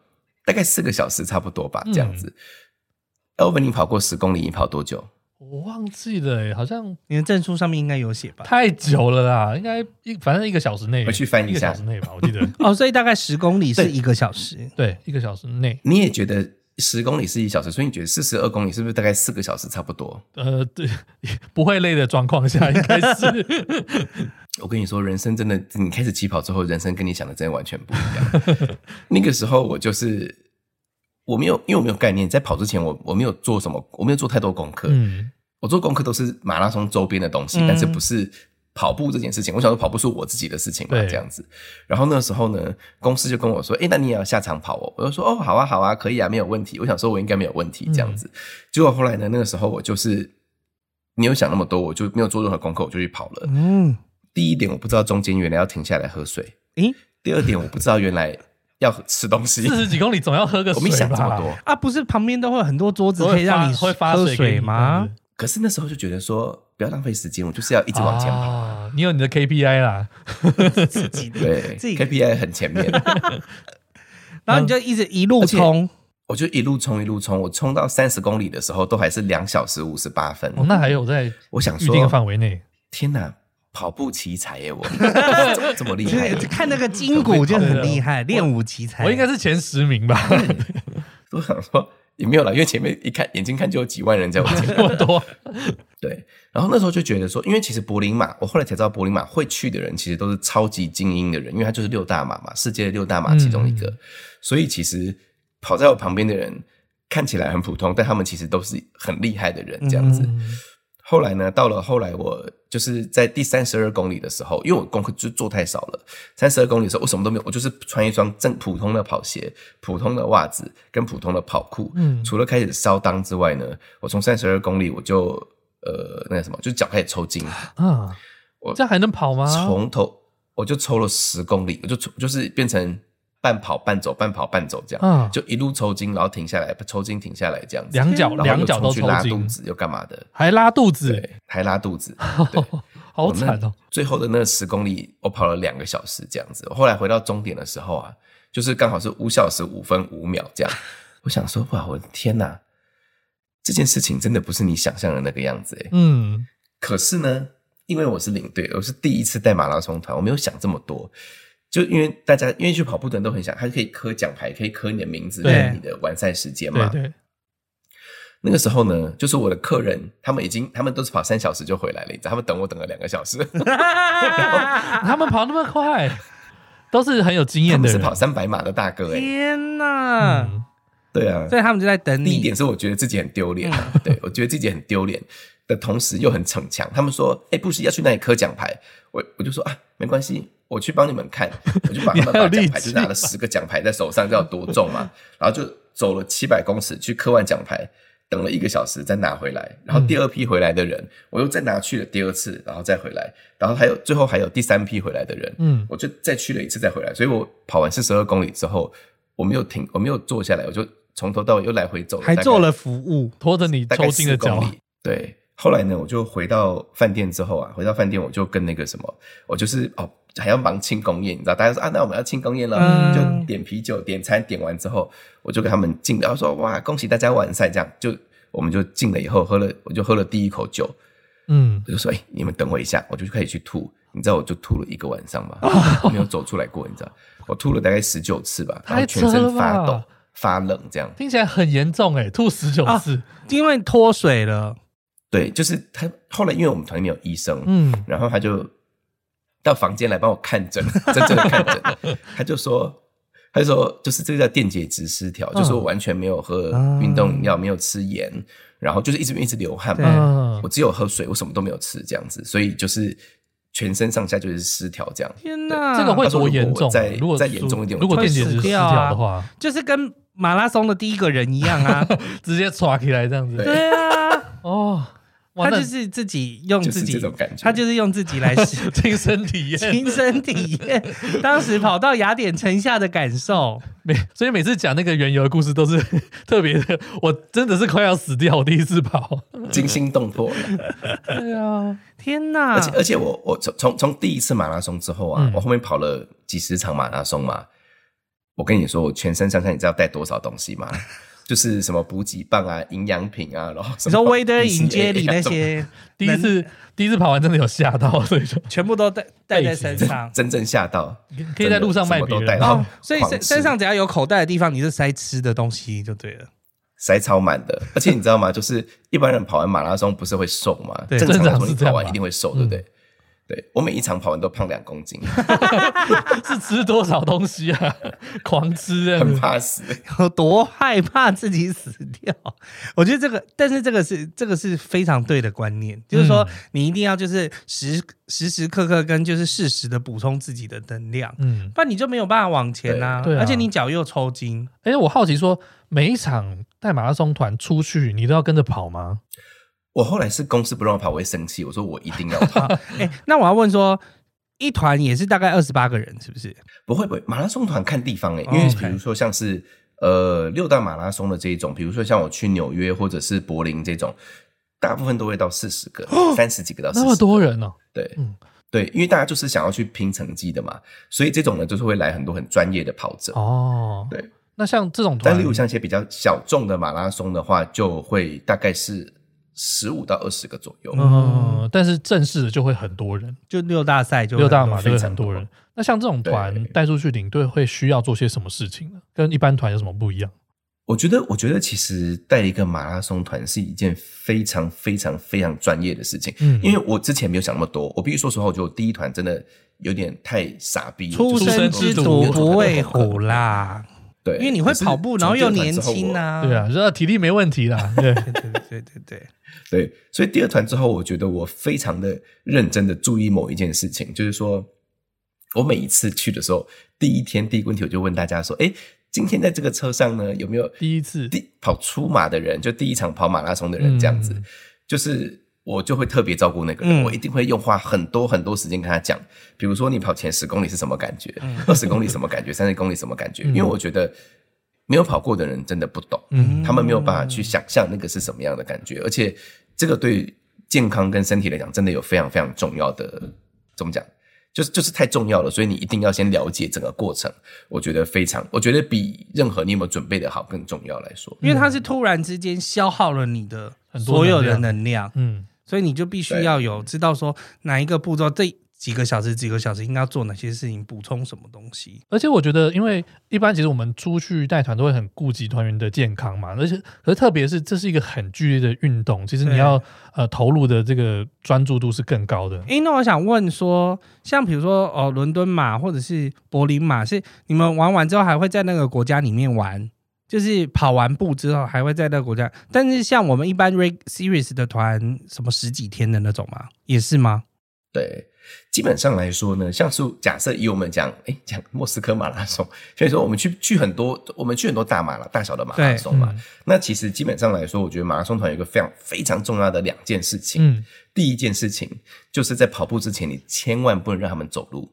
C: 大概四个小时差不多吧，这样子。欧文，你跑过十公里，你跑多久？
A: 我忘记了欸，好像
B: 你的证书上面应该有写吧？
A: 太久了啦，应该一反正一个小时内，
C: 回去翻
A: 一
C: 一
A: 个
C: 下
A: 小时内吧，我记得
B: 哦，所以大概十公里是
C: 对
B: 一个小时。
A: 对，一个小时内，
C: 你也觉得十公里是一小时，所以你觉得四十二公里是不是大概四个小时差不多？
A: 呃，对， 不会累的状况下 应该是
C: 我跟你说，人生真的，你开始起跑之后，人生跟你想的真的完全不一样。 那个时候我就是我没有，因为我没有概念，在跑之前我我没有做什么，我没有做太多功课，
A: 嗯。
C: 我做功课都是马拉松周边的东西，
B: 嗯
C: 但是不是跑步这件事情。我想说跑步是我自己的事情嘛，
A: 对
C: 这样子。然后那时候呢，公司就跟我说：“诶，那你也要下场跑哦。”我就说：“哦，好啊，好啊，可以啊，没有问题。”我想说我应该没有问题这样
A: 嗯
C: 子。结果后来呢，那个时候我就是没有想那么多，我就没有做任何功课，我就去跑了。
B: 嗯，
C: 第一点，我不知道中间原来要停下来喝水；
B: 诶
C: 第二点，我不知道原来要吃 东西。
A: 四十几公里总要喝个
C: 我
A: 水吧？
C: 没想这么多，
B: 啊，不是旁边都会有很多桌子
A: 我
B: 可以
A: 会发
B: 让你
A: 会发
B: 喝
A: 给你
B: 水吗？？
C: 可是那时候就觉得说，不要浪费时间，我就是要一
A: 一
C: 直往前跑。
A: 跑，啊你有你的 KPI 啦，
B: 自己的
C: 对
B: 自己
C: ，KPI 很前面，
B: 然后你就一直一路冲，
C: 我就一路冲一路冲，我冲到三十公里的时候都还是两小时五十八分。
A: 哦，那还有在
C: 我想
A: 预定的
C: 说，
A: 范围内，
C: 天哪，跑步奇才耶！我这么这么厉
B: 就
C: 害，
B: 是看那个筋骨就很厉害，练武奇才。
A: 我应该是前十名吧，
C: 我想说也没有啦，因为前面一看眼睛看就有几万人在我前面。
A: 这么多，
C: 对，然后那时候就觉得说，因为其实柏林马，我后来才知道柏林马会去的人其实都是超级精英的人，因为他就是六大马嘛，世界六大马其中一个，
A: 嗯
C: 所以其实跑在我旁边的人看起来很普通，但他们其实都是很厉害的人这样子。
A: 嗯
C: 后来呢，到了后来我就是在第三十二公里的时候，因为我功课就做太少了，三十二公里的时候我什么都没有，我就是穿一双正普通的跑鞋、普通的袜子跟普通的跑裤。
A: 嗯
C: 除了开始烧裆之外呢，我从三十二公里我就呃那个什么，就脚开始抽筋，
A: 啊，
C: 我
A: 这样还能跑吗？
C: 从头我就抽了十公里，我就抽就是变成半跑半走，半跑半走这样，
A: 啊
C: 就一路抽筋，然后停下来，抽筋停下来这样子，
A: 两脚
C: 然后又
A: 两脚
C: 冲
A: 都
C: 去
A: 抽
C: 拉肚
A: 筋，
C: 子又干嘛的，
A: 还拉肚子，
C: 对，还拉肚 子。
A: 好
C: 我那
A: 惨哦！
C: 最后的那十公里，我跑了两个小时这样子。我后来回到终点的时候啊，就是刚好是五小时五分五秒 这样。我想说，哇，我的天哪！这件事情真的不是你想象的那个样子诶、欸
A: 嗯，
C: 可是呢，因为我是领队，我是第一次带马拉松团，我没有想这么多。就因为大家因为去跑步的人都很想，他可以刻奖牌，可以刻你的名字，
A: 对
C: 跟你的完赛时间
A: 对
C: 嘛。
A: 对，
C: 那个时候呢，就是我的客人，他们已经他们都是跑三小时就回来了，你知道，他们等我等了两个小时。
A: 他们跑那么快，都是很有经验
C: 啊 他
A: 的
C: 们是
A: 人，
C: 跑三百码的大哥 哎、
B: 天哪！
A: 嗯
C: 对啊。
B: 所以他们就在等
C: 第一
B: 你
C: 点。是我觉得自己很丢脸啊，
A: 嗯
C: 对我觉得自己很丢脸的同时又很逞强。他们说：“哎、不是要去那里磕奖牌？”我我就说啊，没关系，我去帮你们看，我就把
A: 你
C: 他们
A: 还有
C: 把奖牌
A: 力气
C: 就拿了十个奖牌在手上，知道多重嘛？然后就走了七百公尺去磕完奖牌。等了一个小时再拿回来，然后第二批回来的人，我又再拿去了第二次，然后再回来，然后还有最后还有第三批回来的人，
A: 嗯，
C: 我就再去了一次再回来，所以我跑完四十二公里之后，我没有停，我没有坐下来，我就从头到尾又来回走了，
B: 还做
C: 了
B: 了服务，
A: 拖着你
C: 大概
A: 抽
C: 四
A: 筋的
C: 公
A: 脚，
C: 里。对，后来呢，我就回到饭店之后啊，回到饭店我就跟那个什么，我就是哦还要忙庆功宴，你知道，大家说啊，那我们要庆功宴了，
B: 嗯
C: 就点啤酒、点餐，点完之后，我就给他们敬了，然后说哇，恭喜大家完赛，这样就我们就敬了以后喝了，我就喝了第一口酒，
A: 嗯，
C: 我就说哎、你们等我一下，我就开始去吐。你知道我就吐了一个晚上吗？我没有走出来过，你知道，我吐了大概十九次吧，然后
A: 啊太
C: 全
A: 扯了
C: 身发
A: 吧
C: 抖、发冷这样。
A: 听起来很严重哎，吐十九
B: 啊
A: 次，
B: 因为脱水了，
C: 对，就是他后来，因为我们团里面有医生，
A: 嗯，
C: 然后他就到房间来帮我看 诊，真正的看诊。他就说，他就说，就是这个叫电解质失调，
A: 嗯啊
C: 就说我完全没有喝运动饮料，没有吃盐，然后就是一直一直流汗
B: 对
C: 嘛，
A: 嗯
C: 我，只有喝水，我什么都没有吃，这样子，所以就是全身上下就是失调这样。
B: 天哪，
A: 这个会
C: 啊他
A: 多
C: 说如果
A: 严
C: 我
A: 重欸
C: 再？
A: 如果
C: 再严重一点
A: 如果
B: 我就
A: 电解质
B: 会死
A: 失
B: 掉
A: 调
B: 啊
A: 的话，
B: 就是跟马拉松的第一个人一样啊，
A: 直接抓起来这样子，
C: 对
B: 对啊，
A: 哦，哇
B: 他
A: 那
B: 就是自己用
C: 就是
B: 自己
C: 这种感觉
B: 他就是用自己来试
A: 亲身体验，
B: 亲身体验当时跑到雅典城下的感受。
A: 每 所以每次讲那个原油的故事都是 特别的，我真的是快要死掉，我第一次跑，
C: 惊心动魄。
B: 嗯
A: 对啊，
B: 天哪！
C: 而且而且我我从从从第一次马拉松之后啊，
A: 嗯
C: 我后面跑了几十场马拉松嘛，我跟你说，我全身上下你知道带多少东 西吗？就是什么补给棒啊、营养品啊，然后什
B: 你说
C: 么
B: 威德
C: BCAA
B: 影街里
C: 啊
B: 那
C: 什么
B: 些，
A: 第一次第一次跑完真的有吓到，所以说
B: 全部都带带在身
A: 背
B: 上。
C: 真正吓到，
A: 可以在路上卖别
C: 真的什么都带
A: 人啊
C: 到。
B: 哦，所以
C: 狂
B: 身
C: 吃
B: 身上只要有口袋的地方，你是塞吃的东西就对了。
C: 塞超满的。而且你知道吗？ 就是一般人跑完马拉松不是会瘦吗？
B: 对
C: 正常
A: 正
C: 的
A: 常
C: 东西
A: 是这
C: 跑
A: 样
C: 完
A: 吧
C: 一定会瘦，对
B: 嗯
C: 不对？对我每一场跑完都胖两公 斤，
A: 是吃多少东西啊？ 狂吃这样
C: 很
A: 子，
C: 怕死。
B: 有 多害怕自己死掉？我觉得这个，但是这个是这个是非常对的观念，就是说你一定要就是时时时刻刻跟就是适时的补充自己的能量，
A: 嗯，
B: 不然你就没有办法往前呐、
A: 对对啊
B: 而且你脚又抽筋，
A: 哎，我好奇说，每一场带马拉松团出去，你都要跟着跑吗？
C: 我后来是公司不让我跑，我会生气。我说我一定要跑，
B: 哎、那我要问说，一团也是大概二十八个人，是不是？
C: 不会不会，马拉松团看地方诶、
B: 哦
C: 因为
B: OK
C: 比如说像是呃六大马拉松的这一种，比如说像我去纽约或者是柏林这种，大部分都会到四十个、三十几个到四
A: 哦那
C: 十，
A: 么多人哦，
C: 对，
A: 嗯
C: 对，因为大家就是想要去拼成绩的嘛，所以这种呢就是会来很多很专业的跑者。
A: 哦，
C: 对，
A: 那像这种团
C: 但例如像一些比较小众的马拉松的话，就会大概是十五到二十个左右。
A: 嗯，但是正式的就会很多人，
B: 就六大赛就
A: 六大
B: 嘛，
A: 马就会很多人。那像这种团
C: 对
A: 带出去领队会需要做些什么事情呢？跟一般团有什么不一样？
C: 我觉得，我觉得其实带一个马拉松团是一件非常非常非常专业的事情，
A: 嗯
C: 因为我之前没有想那么多。我必须说实话，我觉得我第一团真的有点太傻逼了，
B: 出
C: 就是
B: 生之
A: 出
B: 犊
A: 生之
B: 不畏虎，啦，
C: 对，
B: 因为你会
C: 可是
B: 跑步，然后
C: 从第
B: 又
C: 二团
B: 年
C: 之后
B: 轻
C: 我
B: 啊，
A: 对啊，就是体力没问题啦， 对，
B: 对，对对对对对。
C: 对，所以第二团之后，我觉得我非常的认真的注意某一件事情，就是说，我每一次去的时候，第一天第一个问题我就问大家说，哎，今天在这个车上呢，有没有
A: 第一次
C: 第跑出马的人，就第一场跑马拉松的人这样子，
A: 嗯
C: 就是我就会特别照顾那个人，
B: 嗯
C: 我一定会用花很多很多时间跟他讲，比如说你跑前十公里是什么感觉，
A: 嗯
C: 二十、公里什么感觉，三十公里什么感觉，因为我觉得没有跑过的人真的不懂，
A: 嗯
C: 他们没有办法去想象那个是什么样的感觉，而且这个对健康跟身体来讲，真的有非常非常重要的怎么讲？就是就是太重要了，所以你一定要先了解整个过程。我觉得非常，我觉得比任何你有没有准备的好更重要来说。
B: 因为它是突然之间消耗了你的
A: 很多
B: 所有的能量，
A: 嗯
B: 所以你就必须
C: 对
B: 要有知道说哪一个步骤这几个小时几个小时应该要做哪些事情，补充什么东西。
A: 而且我觉得，因为一般其实我们出去带团都会很顾及团员的健康嘛，而且可是特别是这是一个很剧烈的运动，其实你
B: 对
A: 要呃投入的这个专注度是更高的。
B: 诶，那我想问说，像比如说哦，伦敦马或者是柏林马，是你们玩完之后还会在那个国家里面玩，就是跑完步之后还会在那个国家。但是像我们一般 Rig Series 的团，什么十几天的那种吗？也是吗？
C: 对，基本上来说呢，像是假设以我们讲，哎，讲莫斯科马拉松，所以说我们去去很多，我们去很多大马拉大小的马拉松嘛。
A: 对嗯
C: 那其实基本上来说，我觉得马拉松团有一个非常非常重要的两件事情。
A: 嗯，
C: 第一件事情就是在跑步之前，你千万不能让他们走路。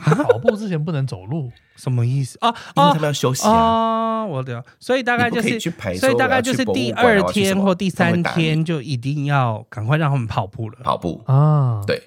A: 啊跑步之前不能走路，
B: 什么意思啊？
C: 因为
B: 哦
C: 他们要休息啊。
B: 哦，我了，所以大概
C: 你
B: 就
C: 不可以
B: 是
C: 去排，
B: 所以
C: 说
B: 大
C: 我
B: 概
C: 要
B: 就
C: 去
B: 是
C: 博物
B: 第
C: 馆我
B: 二
C: 要去
B: 天
C: 什么
B: 或第
C: 他们
B: 三
C: 会打你
B: 天就一定要赶快让他们跑步了。
C: 跑步，
A: 啊，
C: 对，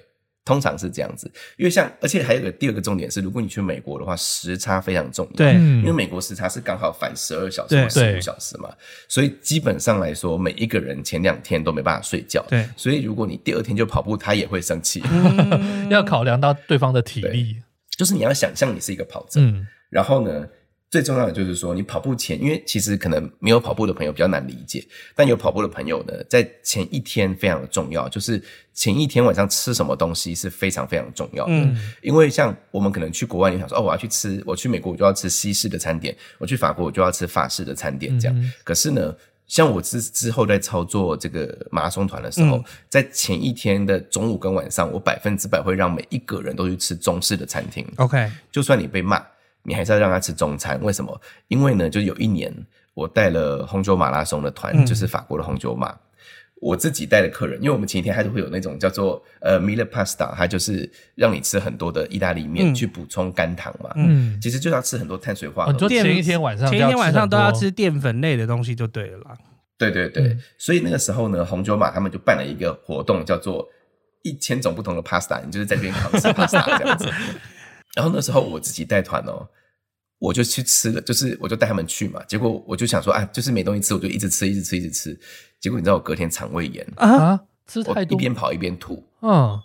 C: 通常是这样子。因为像，而且还有个第二个重点是，如果你去美国的话，时差非常重要。
B: 对
C: 因为
A: 嗯，
C: 美国时差是刚好反十二小时
B: 对
C: 或十
A: 对
C: 五小时嘛，所以基本上来说，每一个人前两天都没办法睡觉。
B: 对
C: 所以如果你第二天就跑步，他也会生气。
B: 嗯
A: 要考量到对方的体力，
C: 就是你要想象你是一个跑者，
A: 嗯，
C: 然后呢，最重要的就是说，你跑步前，因为其实可能没有跑步的朋友比较难理解，但有跑步的朋友呢，在前一天非常的重要，就是前一天晚上吃什么东西是非常非常重要的。
B: 嗯
C: 因为像我们可能去国外，你想说哦，我要去吃，我去美国我就要吃西式的餐点，我去法国我就要吃法式的餐点，这样。
A: 嗯
C: 可是呢，像我之之后在操作这个马拉松团的时候，
B: 嗯
C: 在前一天的中午跟晚上，我百分之百会让每一个人都去吃中式的餐厅。
B: ，OK，
C: 就算你被骂，你还是要让他吃中餐。为什么？因为呢，就有一年我带了红酒马拉松的团，
B: 嗯
C: 就是法国的红酒马。我自己带的客人，因为我们前几天还是会有那种叫做呃 m i l a pasta，它就是让你吃很多的意大利面、
B: 嗯
C: 去补充肝糖嘛。
A: 嗯，
C: 其实就要吃很多碳水化
A: 哦
C: 合
A: 你说
C: 物。
A: 前一天晚上
B: 前
A: 就
B: 一
A: 要
B: 天晚上
A: 很
B: 都要
A: 多
B: 吃淀粉类的东西就对了啦。
C: 对对对，
A: 嗯
C: 所以那个时候呢，红酒马他们就办了一个活动，叫做一千种不同的 pasta，你就是在这边烤吃 pasta 这 样子。然后那时候我自己带团哦，我就去吃了，就是我就带他们去嘛。结果我就想说啊，就是没东西吃，我就一直吃，一直吃，一直吃。结果你知道我隔天肠胃炎，
B: 啊，
A: 啊，吃
C: 我
A: 太
C: 一
A: 多，
C: 边跑一边吐。
A: 嗯，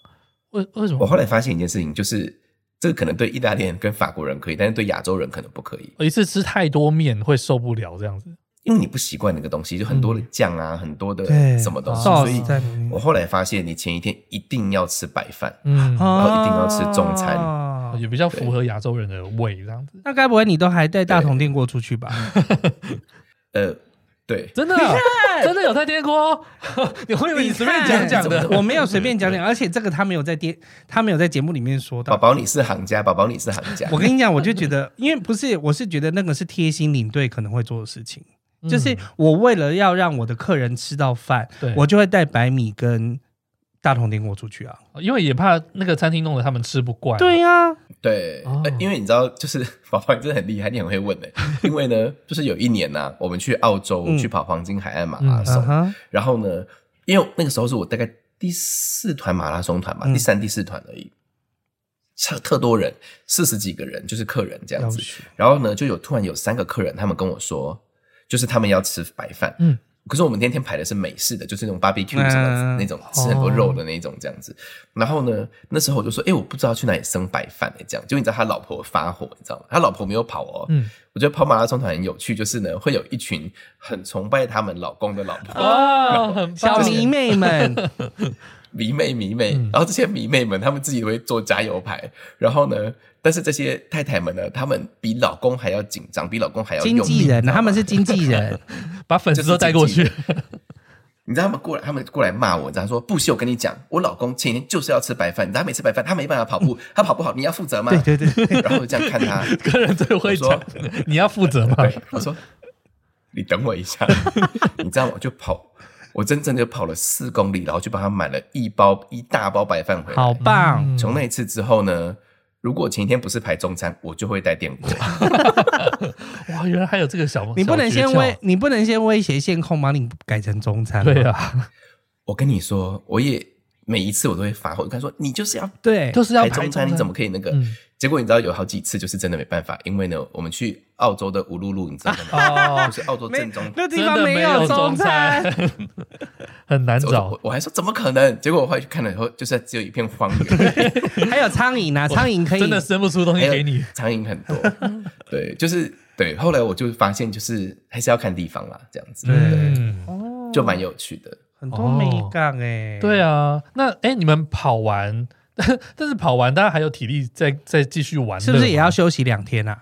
A: 为为什
C: 我
A: 么
C: 后来发现一件事情，就是这个可能对意大利人跟法国人可以，但是对亚洲人可能不可以。
A: 我哦一次吃太多面会受不了这样子？
C: 因为你不习惯那个东西，就很多
A: 嗯
C: 的酱啊，很多的
B: 对
C: 什么东
A: 啊
C: 西，
B: 到
C: 所
B: 底
C: 以
B: 在
C: 我后来发现，你前一天一定要吃白饭，
A: 嗯，
C: 然后一定要吃中餐
B: 啊
A: 也比较符合亚洲人的胃这样子，
B: 那该不会你都还带大同电锅出去吧？
C: 呃，对，
A: 真的真的有太电锅，哦 你会以为你随便讲讲
C: 你
A: 的
C: 看？
B: 我没有随便讲讲，而且这个他没有在电，他没有在节目里面说
C: 宝
B: 到。
C: 宝你是行家，宝宝你是行家
B: 我，跟你讲，我就觉得，因为不是，我是觉得那个是贴心领队可能会做的事情，
A: 嗯
B: 就是我为了要让我的客人吃到饭，
A: 对，
B: 我就会带白米跟大同电锅出去啊。
A: 因为也怕那个餐厅弄得他们吃不惯，
B: 对呀、
C: 对、
A: 哦
C: 呃因为你知道，就是 宝宝你真的很厉害，你很会问的、因为呢，就是有一年呐、我们去澳洲、
B: 嗯
C: 去跑黄金海岸马拉松，
B: 嗯哼，
C: 然后呢，因为那个时候是我大概第四团马拉松团嘛，
B: 嗯
C: 第三、第四团而已，特特多人，四十几个人，就是客人这样
B: 要
C: 子。
B: 学
C: 然后呢，就有突然有三个客人，他们跟我说，就是他们要吃白饭，
A: 嗯，
C: 可是我们那天排的是美式的，就是那种 barbecue 什么
B: 嗯
C: 那种吃很多肉的那种这样子。然后呢，那时候我就说，哎、我不知道去哪里生白饭哎、这样。就你知道他老婆发火，你知道吗？他老婆没有跑哦，
A: 嗯，
C: 我觉得跑马拉松团很有趣，就是呢，会有一群很崇拜他们老公的老婆。 啊
A: 哦，很棒
B: 小迷妹们，
C: 迷妹迷妹，
A: 嗯
C: 然后这些迷妹们，她们自己会做加油牌，然后呢，但是这些太太们呢，她们比老公还要紧张，比老公还要用
B: 经
C: 力
B: 纪人，
C: 你知道吗
B: 他们是经纪 人，
A: 把粉丝都带过去
C: 就是，你知道他们过来，他们过来骂我，你知道他说不秀，我跟你讲，我老公前几天就是要吃白饭，你知道他没吃白饭，他没办法跑步，他跑不好，你要负责吗？
B: 对对对，
C: 然后我就这样 看他，
A: 个人最会讲，你要负责嘛？
C: 对，我说你等我一下，你知道吗？我就跑，我真正就跑了四公里，然后就帮他买了一包一大包白饭回来，
B: 好
A: 嗯
B: 棒，
C: 从那一次之后呢，如果前一天不是排中餐，我就会带电 锅。
A: 哇，原来还有这个小，
B: 你不能
A: 小
B: 先
A: 诀窍
B: 威，你不能先威胁线控帮你改成中餐吗，
A: 对啊，
C: 我跟你说，我也每一次我都会发火，跟他说你就是要
B: 对，
A: 就是要
C: 排
A: 排
C: 哎中餐，
A: 餐，
C: 你怎么可以那个？
A: 嗯
C: 结果你知道有好几次就是真的没办法，因为呢，我们去澳洲的乌鲁鲁，你知道 吗？
A: 哦
C: 就，是澳洲正宗。
B: 那地
A: 真
B: 方
A: 的没
B: 有
A: 中
B: 餐，，
A: 很难
C: 我
A: 找
C: 我。我还说怎么可能？结果我后来去看了以后，就是只有一片荒原，
B: 还有苍蝇啊，苍蝇可以
A: 真的生不 出东
B: 哎
C: 还
A: 西
C: 有
A: 给你，
C: 苍蝇很多。对，就是对。后来我就发现，就是还是要看地方啦，这样子，对，
A: 嗯，
B: 哦
C: 就蛮有趣的。
B: 很多美感哎，
A: 对
B: 啊，
A: 啊，那哎、你们跑完， 但是跑完大家还有体力再再继续玩，
B: 是不是也要？休息两天啊？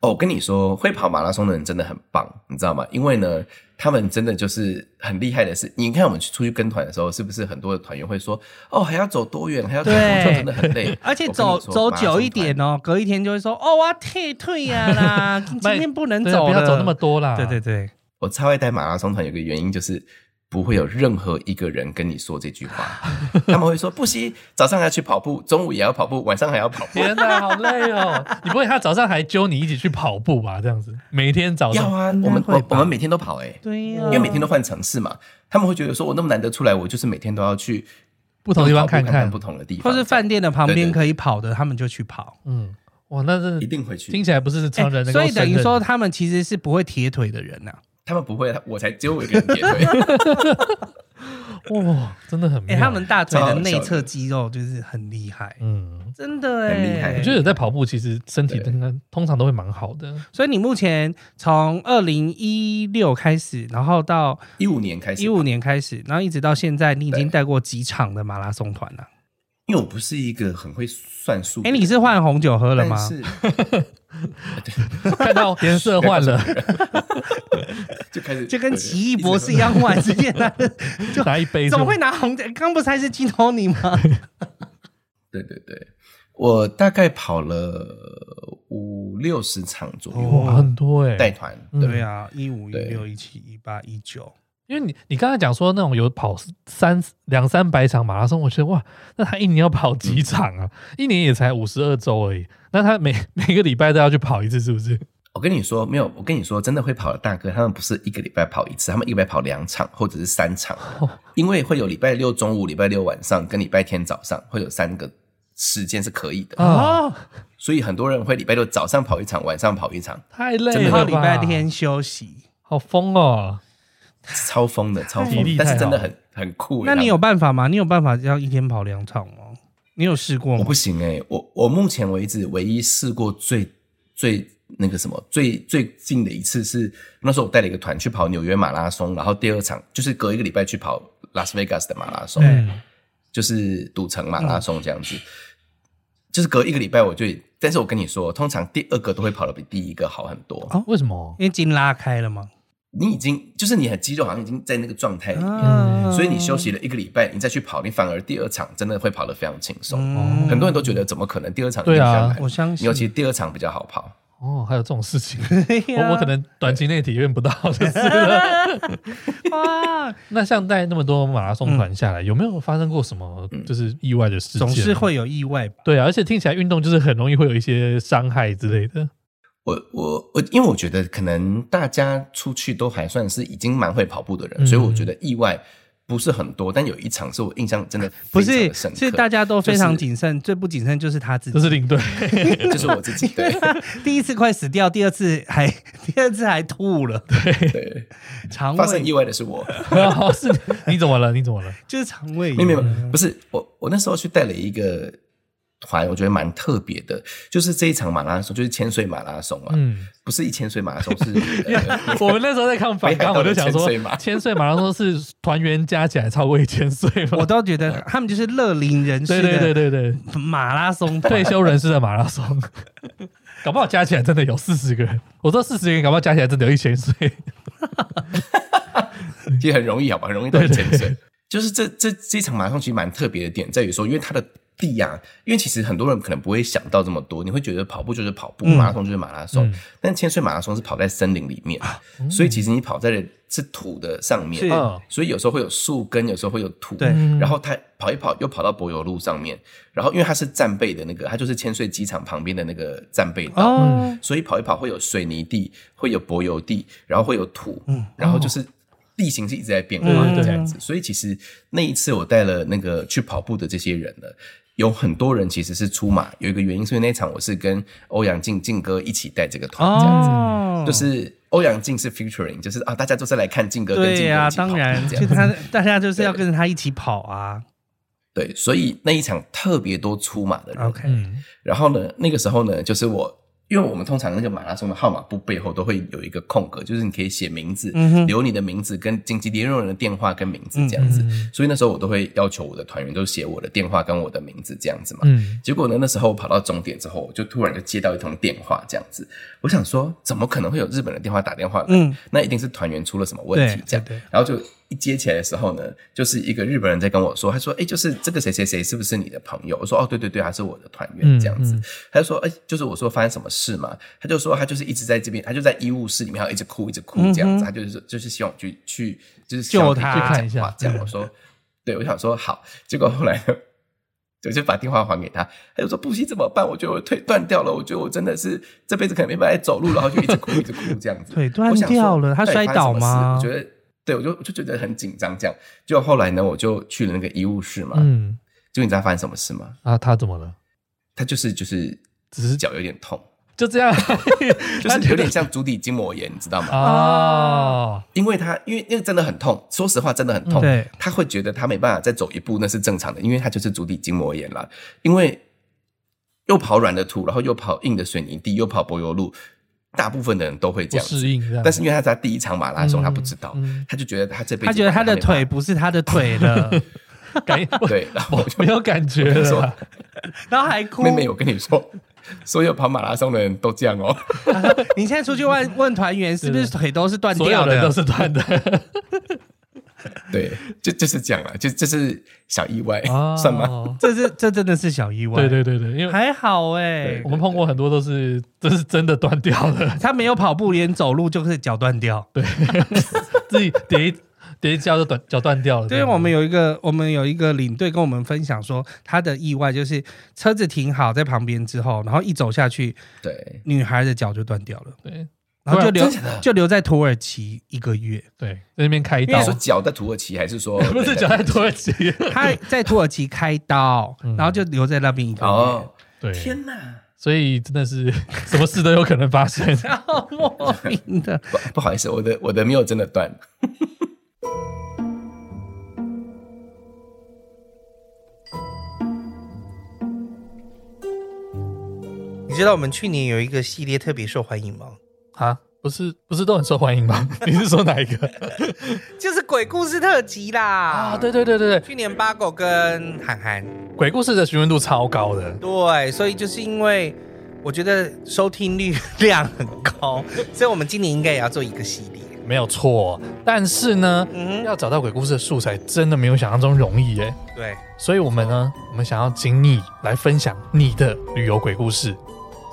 C: 哦，我跟你说，会跑马拉松的人真的很棒，你知道吗？因为呢，他们真的就是很厉害的是，你看我们去出去跟团的时候，是不是很多的团员会说，哦，还要走多远，还要走多
B: 对
C: 久，真的很累。
B: 而且
C: 我跟你
B: 走走
C: 说
B: 久一点，
C: 马拉松团
B: 哦，隔一天就会说哦，我要退退呀啦，今天不能
A: 对啊，
B: 走
A: 不
B: 了，
A: 要走那么多啦。
B: 对对对，
C: 我超爱带马拉松团，有个原因就是不会有任何一个人跟你说这句话， 他们会说不行，早上要去跑步，中午也要跑步，晚上还要跑步。
A: 天哪，好累 哦！你不会他早上还揪你一起去跑步吧？这样子，每天早
C: 要
A: 上
C: 啊，
B: 哦应该
C: 我们
B: 会
C: 我
B: 吧嗯
C: 我们每天都跑哎、
B: 对呀、
C: 因为每天都换城市嘛，他们会觉得说我那么难得出来，我就是每天都要去
A: 不同地方
C: 跑步看
A: 看看
C: 不。同的地方，
B: 或是饭店的旁
C: 对对
B: 边
C: 对
B: 可以跑的，他们就去跑。哎
A: 嗯，哇，那
C: 一
A: 是
C: 定会去
A: 听。起来不是 常人能够
B: 所以
A: 胜任的、
B: 等于说，他们其实是不会铁腿的人呐、
C: 他们不会，我才只有我一个人 叠腿，
A: 哇、真的很
B: 哎、
A: 妙。
B: 他们大腿的内侧肌肉就是很厉害，
A: 嗯，
B: 真的哎、
C: 很厉害
A: 我觉得有在跑步其实身体
C: 对
A: 真的通常都会蛮好的。
B: 所以你目前从二零一六开始，然后到
C: 一五年开始，
B: 一
C: 因
B: 五年开始，然后一直到现在，你已经
C: 对
B: 带过几场的马拉松团了？
C: 为我不是一个很会算数。
B: 哎、你是换红酒喝了吗？
C: 哎但是
A: 看到 颜色换了，
C: 就开始
B: 就跟奇异博士一样换，直接拿了，就
A: 拿一杯
B: 怎么会
A: 就
B: 拿红酒？刚不是还是金头 你吗？
C: 对对对，我大概跑了五六十场左
B: 哦
C: 右，
A: 哇很多哎、
C: 带团
A: 嗯
C: 对
B: 对啊，一五一六
C: 对
B: 一七一八一九，
A: 因为你你刚才讲说那种有跑三两三百场马拉松，我觉得哇，那他一年要跑
B: 嗯
A: 几场啊？一年也才五十二周而已，那他每每个礼拜都要去跑一次，是不是？
C: 我跟你说，没有，我跟你说，真的会跑的大哥，他们不是一个礼拜跑一次，他们一个礼拜跑两场或者是三场，
B: 哦
C: 因为会有礼拜六中午、礼拜六晚上跟礼拜天早上会有三个时间是可以的，
A: 啊，
B: 哦，
C: 所以很多人会礼拜六早上跑一场，晚上跑一场，
A: 太累
C: 真
B: 然
A: 了吧
B: 后礼拜天休息。
A: 好疯哦！
C: 超疯的，超
A: 体
C: 疯
A: 力，
C: 但是
A: 太
C: 真
A: 好
C: 的很很酷欸。
B: 那你
C: 他
B: 有
C: 们？
B: 办法吗？你有办法要一天跑两场吗？你有试过
C: 我
B: 吗
C: 不？行哎、我我目前为止唯一试过最最那个什么最最近的一次是那时候我带了一个团去跑纽约马拉松，然后第二场就是隔一个礼拜去跑拉斯维加斯的马拉松。
A: 嗯
B: 对
C: 就是赌城马拉松这样子，就是隔一个礼拜我就，但是我跟你说，通常第二个都会跑得比第一个好很多。
B: 哦
A: 啊，为什么？
B: 因为筋哎拉开了嘛，
C: 你已经就是你的肌肉好像已经在那个状态里面，
B: 啊
C: 嗯所以你休息了一个礼拜，你再去跑，你反而第二场真的会跑得非常轻松。
B: 嗯
C: 很多人都觉得怎么可能第二场一定
A: 对啊
C: 比较难
B: 我相信
C: 尤其第二场比较好跑。
A: 哦，还有这种事情， 哦
B: 对啊呀
A: 我我可能短期内体验不到就是了。
B: 哇，
A: 那像带那么多马拉松团下来，有没有发生过什么就是意外的事
B: 嗯
A: 件？啊
B: 总是会有意外吧？
A: 对啊，而且听起来运动就是很容易会有一些伤害之类的。
C: 我我我，因为我觉得可能大家出去都还算是已经蛮会跑步的人，
A: 嗯
C: 所以我觉得意外不是很多。但有一场是我印象真的
B: 不
C: 非常
B: 是
C: 的深，刻，
B: 是大家都非常
C: 就是
B: 谨慎，最不谨慎就是他自
A: 这
B: 己。
A: 是 领队，
C: 就是我自己对。
B: 第一次快死掉，第二次还 第二次还吐了，
C: 对，
B: 肠
C: 发生
B: 胃
C: 意外的是我，
B: 嗯
A: 哦是你你怎么了？你怎么了？
B: 就是肠胃
C: 没
B: 炎。
C: 有没有，不是我，我那时候去带了一个团，我觉得蛮特别的，就是这一场马拉松，就是千岁马拉松嘛，啊
A: 嗯，
C: 不是一千岁马拉松， 是呃
A: 我们那时候在看反纲，我就想说
C: 北海道 的千岁马，
A: 千岁马拉松是团员加起来超过一千岁吗
B: 我？都觉得他们就是乐龄人
A: 对
B: 士
C: 啊
A: 对对
B: 的
A: 对 对，
B: 马拉松
A: 退
B: 队，
A: 休人士的马拉松，搞不好加起来真的有四十个人。我说四十个人，搞不好加起来真的有一千岁。
C: 其实很容易，好吧，很容易到一千岁。就是这这这一场马拉松其实蛮特别的点在于说，因为它的地啊，因为其实很多人可能不会想到这么多，你会觉得跑步就是跑
B: 嗯
C: 步，马拉松就是马拉松，但千岁马拉松是跑在森林里面，所以其实你跑在的是土的上面，
B: 啊嗯是
A: 嗯
C: 所以有时候会有树根，有时候会有土，
B: 对嗯
C: 然后他跑一跑，又跑到柏油路上面，然后因为它是战备的那个，它就是千岁机场旁边的那个战备道，
B: 哦
C: 所以跑一跑会有水泥地，会有柏油地，然后会有土，
B: 嗯
C: 然后就是地形是一直在变化
A: 嗯
C: 的
A: 对
C: 这样子。所以其实那一次我带了那个去跑步的这些人呢，有很多人其实是出马，有一个原因，所以那一场我是跟欧阳靖靖哥一起带这个团这样子。
B: 哦，
C: 就是欧阳靖是 featuring，就是啊，大家都是来看靖哥跟
B: 对
C: 靖哥
B: 呀、
C: 一起跑
B: 当然，
C: 这
B: 就
C: 样子
B: 他大家就是要跟着他一起跑啊。
C: 对，所以那一场特别多出马的人。
B: OK，、
A: 嗯，
C: 然后呢，那个时候呢，就是我，因为我们通常那个马拉松的号码簿背后都会有一个空格，就是你可以写名字，
B: 嗯哼嗯
C: 留你的名字跟紧急联络人的电话跟名字这样子。
A: 嗯
C: 所以那时候我都会要求我的团员都写我的电话跟我的名字这样子嘛。
A: 嗯
C: 结果呢，那时候我跑到终点之后，我就突然就接到一通电话，这样子。我想说，怎么可能会有日本的电话打电话来？
B: 嗯
C: 那一定是团员出了什么问题
B: 对
C: 这样。
B: 对对
C: 然后就一接起来的时候呢，就是一个日本人在跟我说，他说：“哎、就是这个谁谁谁是不是你的朋友？”我说：“哦，对对对，他是我的团员。”
B: 嗯
C: 这样子，他就说：“哎、就是我说发生什么事嘛？”他就说他就是一直在这边，他就在医务室里面，他一直哭，一直哭这样子，他就是就是希望我去去就是希
B: 嗯
C: 望
B: 救
C: 我可以
B: 他
C: 跟
A: 看
C: 讲
A: 一下
C: 话这样我说，对我想说好，结果后来呢， 我就把电话还给他，他就说不行怎么办？我觉得我腿断掉了，我觉得我真的是这辈子可能没办法再走路了，然后就一直哭 一直哭这样子。
B: 腿断
C: 我想说
B: 掉了他
C: 对
B: 摔
C: 发生
B: 倒
C: 什么事
B: 吗
C: 我觉得对，我就我就觉得很紧张这样。结果后来呢，我就去了那个医务室嘛，
A: 嗯，
C: 结果你知道发生什么事吗？
A: 啊，他怎么了？
C: 他就是就是
A: 只是
C: 脚有点 痛，
A: 就这样，
C: 就
A: 他
C: 是
A: 觉得啊
C: 有点像足底筋膜炎，你知道吗？
A: 哦，
C: 因为他因为那个真的很痛，说实话真的很痛，
B: 对
C: 他会觉得他没办法再走一步，那是正常的，因为他就是足底筋膜炎了，因为又跑软的土，然后又跑硬的水泥地，又跑柏油路，大部分的人都会这
A: 不
C: 样子。
A: 适应这样，
C: 但是因为他在第一场马拉
A: 嗯
C: 松，他不知道，
A: 嗯
C: 他就觉得他这辈子
B: 他觉得他的
C: 没办
B: 腿不是他的腿 了，
A: 感应
C: 法对，然后我就
A: 没有感觉了啦。
B: 然后还哭。
C: 妹妹，我跟你说，所有跑马拉松的人都这样哦。
B: 你现在出去 问问团员是不是腿都是断
A: 所有
B: 掉
A: 人
B: 的
A: 都？是断的，
C: 对，就就是这样了，就这是小意外，
A: 哦
C: 算吗？？
B: 这是这真的是小意外。
A: 对对对对，因为
B: 还好哎、
C: 对
A: 我们碰过很多都是，这是真的断掉的，
B: 他没有跑步，连走路就是脚断掉。对，
A: 自己跌一跌一跤就断脚断掉了。
B: 对，我
C: 嗯
B: 们有一个我们有一个领队跟我们分享说，他的意外就是车子停好在旁边之后，然后一走下去，
C: 对，
B: 女孩的脚就断掉了，
A: 对
B: 然后就留
C: 啊真的假的
B: 就留在土耳其一个 月。
A: 对，在那边开
C: 因为
A: 刀
C: 你，说脚在土耳其还是说
A: 不是脚在土耳其，
B: 他在土耳其开刀，
A: 嗯
B: 然后就留在那边一个月。
C: 哦，
A: 对，
C: 天哪！
A: 所以真的是 什么事都有可能发生。
B: 然后莫名的，
C: 不不好意思，我的我的没有真的断。
B: 你知道我们去年有一个系列特别受欢迎吗？
A: 啊，不是不是都很受欢迎吗？你是说哪一个
B: 就是鬼故事特辑啦！
A: 啊？对对对对对，
B: 去年八狗跟涵涵，
A: 鬼故事的询问度超高的，
B: 对，所以就是因为我觉得收听率量很高，所以我们今年应该也要做一个系列。
A: 没有错。但是呢，
B: 嗯哼，
A: 要找到鬼故事的素材真的没有想象中容易耶。
B: 对，
A: 所以我们呢，我们想要请你来分享你的旅游鬼故事。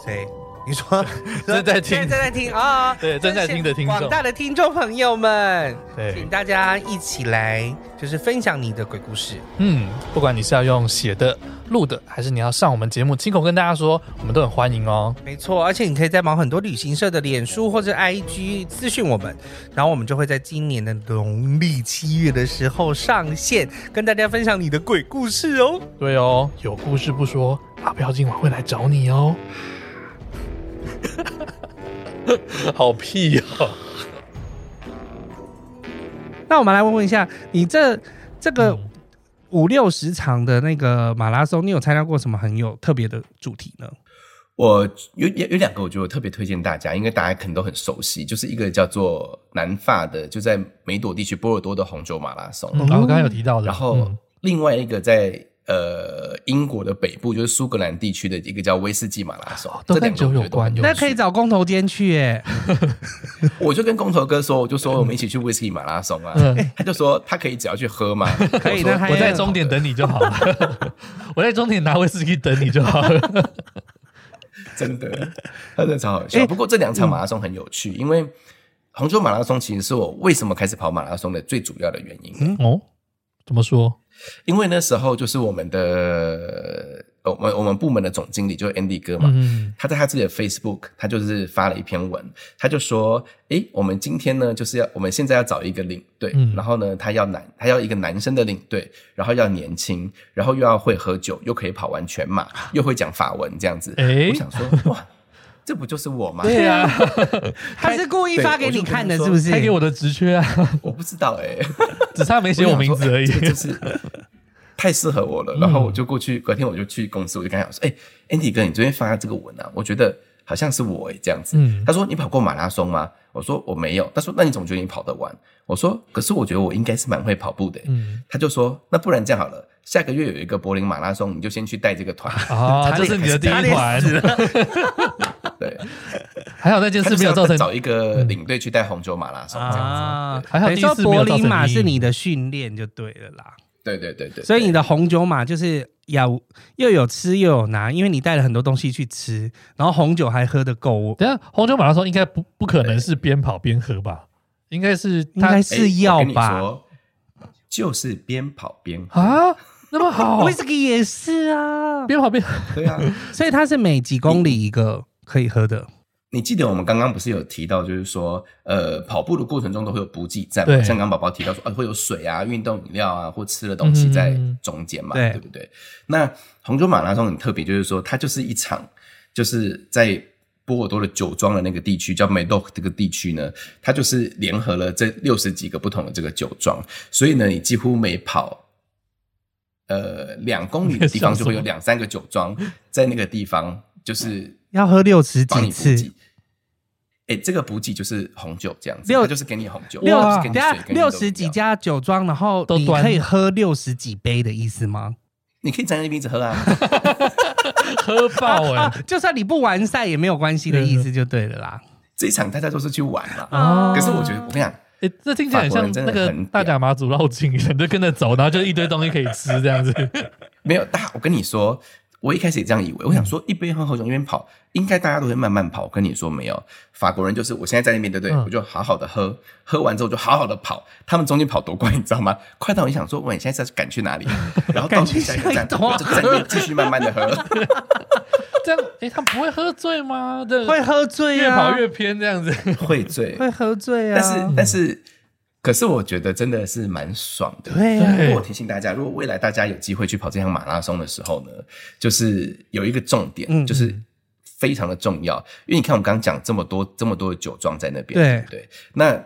B: 所以你说
A: 正在听
B: 现正在听啊，
A: 对正在听的听众
B: 广大的听众朋友们，请
A: 对，
B: 大家一起来，就是分享你的鬼故事。
A: 嗯，不管你是要用写的、录的，还是你要上我们节目亲口跟大家说，我们都很欢迎哦。
B: 没错，而且你可以在忙很多旅行社的脸书或者 IG 私讯我们，然后我们就会在今年的农历七月的时候上线，跟大家分享你的鬼故事哦。
A: 对哦，有故事不说，阿飘今晚会来找你哦。 好屁哦！
B: 那我们来问问一下，你这这个
A: 嗯
B: 五六十场的那个马拉松，你有参加过什么很有特别的主题呢？
C: 我有有有两个，我觉得我特别推荐大家，因为大家可能都很熟悉，就是一个叫做南法的，就在梅朵地区波尔多的红酒马拉松，
A: 嗯，然后刚刚有提到的，
C: 然后
A: 嗯
C: 另外一个在呃英国的北部，就是苏格兰地区的一个叫威士忌马拉松，
A: 哦都
C: 这
A: 跟
C: 两个
A: 酒有
C: 我觉得都很
A: 关
B: 那可以找工头间去耶、
C: 我就跟工头哥说，我就说我们一起去威士忌马拉松啊，
A: 嗯
C: 他就说他可以只要去喝嘛，
B: 可以
C: 我说
B: 那他
A: 我在
B: 哎
A: 终点等你就好 了，我在终点拿威士忌等你就好了。
C: 真的，他真的超好笑。不过这两场马拉松很有趣，因为红州马拉松其实是我为什么开始跑马拉松的最主要的原因。
A: 哦，怎么说？
C: 因为那时候就是我们的呃我们我们部门的总经理就是 Andy 哥嘛，
A: 嗯，
C: 他在他自己的 Facebook，他就是发了一篇文，他就说：“诶，我们今天呢，就是要我们现在要找一个领队，
A: 嗯
C: 然后呢，他要男，他要一个男生的领队，然后要年轻，然后又要会喝酒，又可以跑完全马，又会讲法文这样子。
A: 诶
C: 我想说，哇，这不就是我吗？
A: 对啊，
B: 他是故意
C: 对
B: 发给
C: 我就
B: 你
C: 跟
B: 看
C: 他
B: 的，
C: 说
B: 是不是？
A: 开给我的职缺啊，
C: 我不知道诶。
A: 只差没写我名 字而已嗯
C: 我。想说哎这个真是太适合我了。然后我就过去，隔天我就去公司，我就跟他讲说：“哎、a n d y 哥，你昨天发这个文啊，我觉得好像是我哎、这样子。
A: 嗯
C: 他说：“你跑过马拉松吗？”我说：“我没有。”他说：“那你怎么觉得你跑得完？”我说：“可是我觉得我应该是蛮会跑步的、欸
A: 嗯，
C: 他就说：“那不然这样好了，下个月有一个柏林马拉松，你就先去带这个团。
A: 啊，
C: 差
A: 这
C: 点
A: 是你的第一
B: 差点
A: 团，
B: 死了
C: 对，
A: 还好那件
C: 他
A: 事
C: 就
A: 没
C: 是
A: 有
C: 要
A: 造成嗯
C: 找一个领队去带红酒马拉松这样
B: 啊，
A: 还好
B: 等于
A: 第一
B: 说
A: 次没有
B: 柏
A: 造成
B: 林马是
A: 阴影
B: 你的训练就对了啦。
C: 子。对对对对，哎
B: 所以你的红酒马就是要又有吃又有拿，因为你带了很多东西去吃，然后红酒还喝得够，
A: 等一下红酒马拉松应该不不可能是边跑边喝吧？应该是
B: 应该
A: 他
C: 哎
B: 是要
C: 我跟你
B: 吧？
C: 说就是边跑 边喝
A: 啊那 么好，
B: 威士忌也是啊，
A: 边跑边
C: 对啊，
B: 所以它是每几公里一个可以喝的。
C: 你记得我们刚刚不是有提到，就是说，呃，跑步的过程中都会有补给站
A: 对
C: 嘛，像刚宝宝提到说，啊，会有水啊、运动饮料啊，或吃的东西在
A: 嗯
C: 中间嘛，
B: 对
C: 对不对？那红州马拉松很特别，就是说，它就是一场，就是在波尔多的酒庄的那个地区，叫美豆这个地区呢，它就是联合了这六十几个不同的这个酒庄，所以呢，你几乎每跑。呃，两公里的地方就会有两三个酒庄在那个地方，就是
B: 要喝六十
C: 帮你
B: 几
C: 补
B: 次，
C: 给。哎、这个补给就是红酒这样子，
B: 六
C: 它就是给你红酒，
B: 六
C: 它就是
B: 等一
C: 给你
B: 下
C: 水，跟
B: 六
C: 你啊饮
B: 十几
C: 料，
B: 家酒庄，然后
A: 都
B: 你
A: 端
B: 可以喝六十几杯的意思吗？
C: 你可以站在那边一直喝 啊。
A: 喝爆哎、
B: 啊， 就算你不完赛也没有关系的意思就对了啦。
C: 这一场大家都是去玩嘛，
B: 哦
A: 啊
C: 可是我觉得我跟你讲，
A: 欸，这听起来很像那
C: 法国人
A: 个
C: 真的很屌
A: 大甲马祖绕境一样，你就跟着走，然后就一堆东西可以吃 这样子。
C: 没有大，我跟你说，我一开始也这样以为，我想
B: 嗯
C: 说一边喝红酒一边跑，应该大家都会慢慢跑。我跟你说没有，法国人就是我现在在那边，对不对？
A: 嗯
C: 我就好好的喝，喝完之后就好好的跑。他们中间跑多快，你知道吗？快到你想说，哇，你现在是要赶去 哪里？然后到
B: 赶去
C: 底下一个
B: 下
C: 站，
B: 一段
C: 我就在那边继续慢慢的喝。
A: 这样，哎、他们不会喝醉吗？对，
B: 会喝醉
A: 越
B: 啊，
A: 跑越偏这 样子。
C: 会醉，
B: 会喝醉啊。
C: 但是但是，可是我觉得真的是蛮爽的。
B: 对啊，
A: 对
C: 不过我提醒大家，如果未来大家有机会去跑这项马拉松的时候呢，就是有一个重点，
B: 嗯
C: 就是非常的重要，因为你看我们刚刚讲这么多这么多的酒庄在那边，
B: 对
C: 对不对，那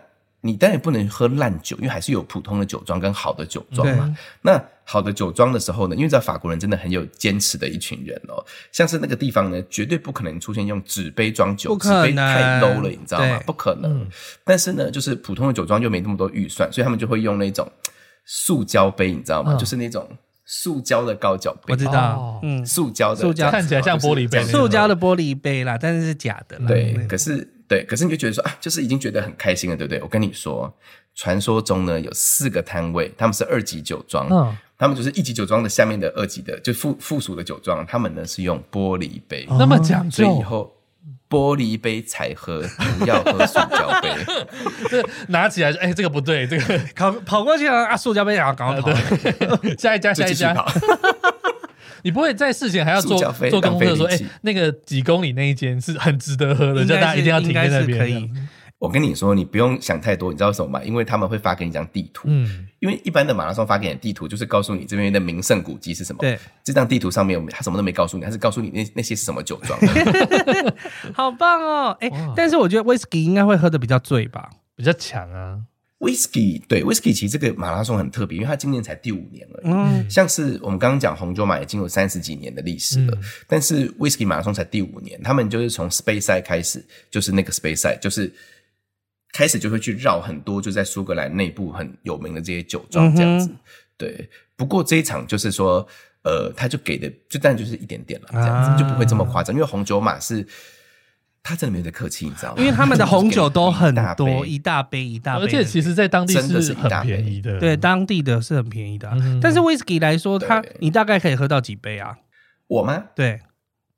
C: 你当然不能喝烂酒，因为还是有普通的酒庄跟好的酒庄嘛。那好的酒庄的时候呢，因为在法国人真的很有坚持的一群人哦，像是那个地方呢，绝对不可能出现用纸杯装酒，
B: 不
C: 纸
B: 可能
C: 杯太 low 了，你知道吗
B: 对？
C: 不可能。
A: 嗯
C: 但是呢，就是普通的酒庄就没那么多预算，所以他们就会用那种塑胶杯，你知道吗？
A: 嗯
C: 就是那种塑胶的高脚杯
B: 我，知
A: 哦
B: 道，嗯，
C: 塑胶的
B: 塑胶
C: 这样子
A: 看起来像玻璃杯
C: 就是这样子
B: 塑胶的玻璃杯啦，但是是假的啦。
C: 对，
B: 嗯
C: 可是对，可是你就觉得说啊，就是已经觉得很开心了，对不对？我跟你说，传说中呢有四个摊位，他们是二级酒庄，
B: 哦
A: 嗯，
C: 他们就是一级酒庄的下面的二级的，就附附属的酒庄，他们呢是用玻璃杯，
B: 哦
A: 那么讲
C: 所以以
A: 究，
C: 后玻璃杯才喝，不要喝塑胶 杯。
A: 这拿起来就，哎、这个不对，这个
B: 跑跑过去了啊，塑胶杯然后赶快跑。
A: 对， 下一家，
C: 就
A: 下
C: 继
A: 一
C: 续
A: 家。
C: 跑。
A: 你不会在事前还要做
C: 塑胶费
A: 做功课说，
C: 浪费
A: 哎、
C: 力气
A: 那个几公里那一间是很值得喝 的，
B: 应
A: 就大
B: 该
A: 家
B: 是
A: 一定要停在那
B: 应
A: 边。
B: 该是可以，
C: 我跟你说，你不用想太多，你知道为什么吗？因为他们会发给你一张地图，
A: 嗯，
C: 因为一般的马拉松发给你的地图就是告诉你这边的名胜古迹是什么。
B: 对，
C: 这张地图上面有，他什么都没告诉你，他是告诉你那那些是什么酒庄。
B: 好棒哦！哎
A: 哇，
B: 但是我觉得 whisky 应该会喝的比较醉吧？
A: 比较强啊。
C: Whisky 对 Whisky 其实这个马拉松很特别，因为它今年才第五年而已。
B: 嗯，
C: 像是我们刚刚讲红酒马已经有三十几年的历史了，
A: 嗯
C: 但是 Whisky 马拉松才第五年，他们就是从 Space 赛开始，就是那个 Space 赛，就是开始就会去绕很多就在苏格兰内部很有名的这些酒庄这样
B: 嗯
C: 子。对，不过这一场就是说，呃，他就给的就但就是一点点了，这样子、
B: 啊
C: 就不会这么夸张，因为红酒马是。他真的没有在客气，你知道吗？
B: 因为他们的红酒都很
C: 就是给你一
B: 多，
C: 大杯
B: 一大杯一大杯的，
A: 而且其实，在当地
C: 真的是一
A: 很
C: 大
A: 便
C: 杯
A: 宜的。
B: 对当地的是很便宜的啊
A: 嗯。
B: 但是 whisky 来说，它
C: 对嗯
B: 你大概可以喝到几杯啊？
C: 我吗？
B: 对，